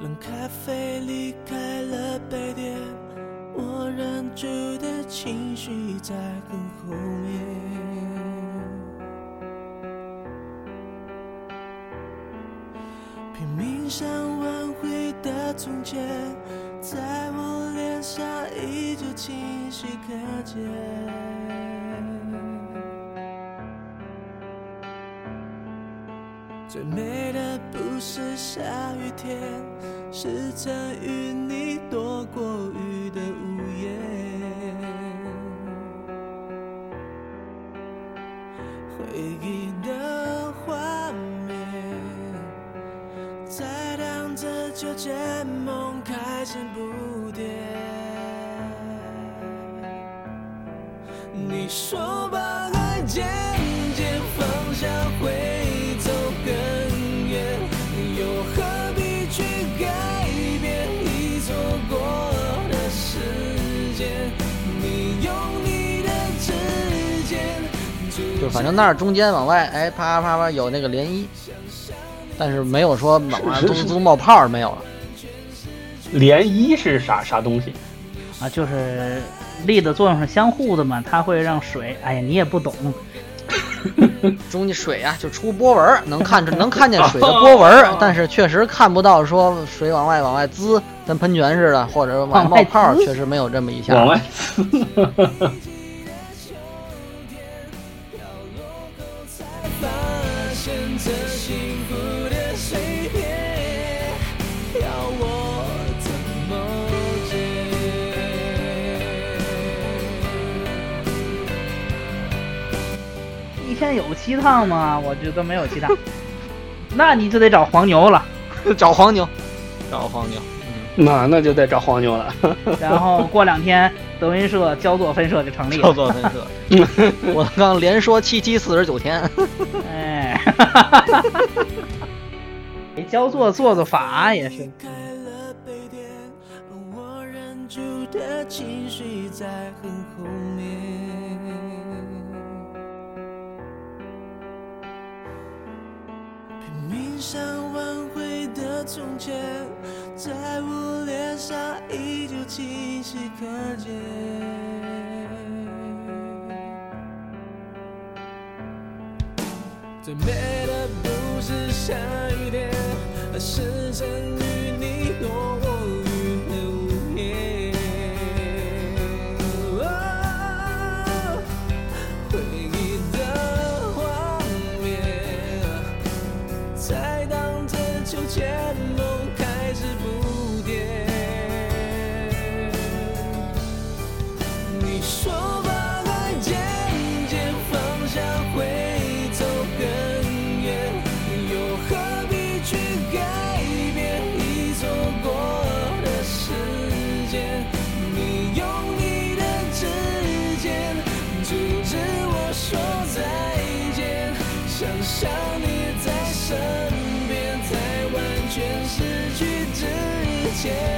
S5: 冷咖啡离开了杯垫，我忍住的情绪在很后面。拼命想挽回的从前，在我脸上依旧清晰可见。最美的不是下雨天，是曾与你躲过雨的屋檐。回忆的画就见梦开成蝴蝶。你说把爱渐渐放下会走更远，你又何必去改变已错过的时间？你用你的指尖，
S3: 就反正那儿中间往外，哎，啪啪啪有那个涟漪，但是没有说往 外
S1: 是
S3: 嘟
S1: 是是
S3: 嘟冒泡儿没有了。
S1: 涟漪是啥啥东西？
S2: 啊，就是力的作用是相互的嘛，它会让水，哎呀，你也不懂，
S3: 中间水呀、就出波纹儿，能看着能看见水的波纹 儿，但是确实看不到说水往外往外滋，跟喷泉似的，或者往外冒泡
S2: 往
S3: 儿，
S2: 外滋
S3: 确实没有这么一下。
S1: 往外撕。
S5: 发现这幸福的碎片，要我怎么解？
S2: 一天有七趟吗？我觉得没有 七趟，那你就得找黄牛了，
S3: 找黄牛，找黄牛。嗯，
S1: 那那就得找黄牛了。
S2: 然后过两天德云社焦作分社就成立
S3: 叫
S2: 了，
S3: 做 分社。我刚连说七七四十九天，
S2: 哎， 给焦作做做法也是，
S5: 开了杯垫，我忍住的情绪在很后面。拼命想挽回的从前，在我脸上依旧清晰可见。最美的不是下雨天，而是曾与你躲过雨的午夜。哦回忆的画面，才荡着秋千，梦开始不跌。你说把爱渐渐放下会走更远，又何必去改变已错过的时间？你用你的指尖阻止我说再见，想象你在身边，在完全失去之前。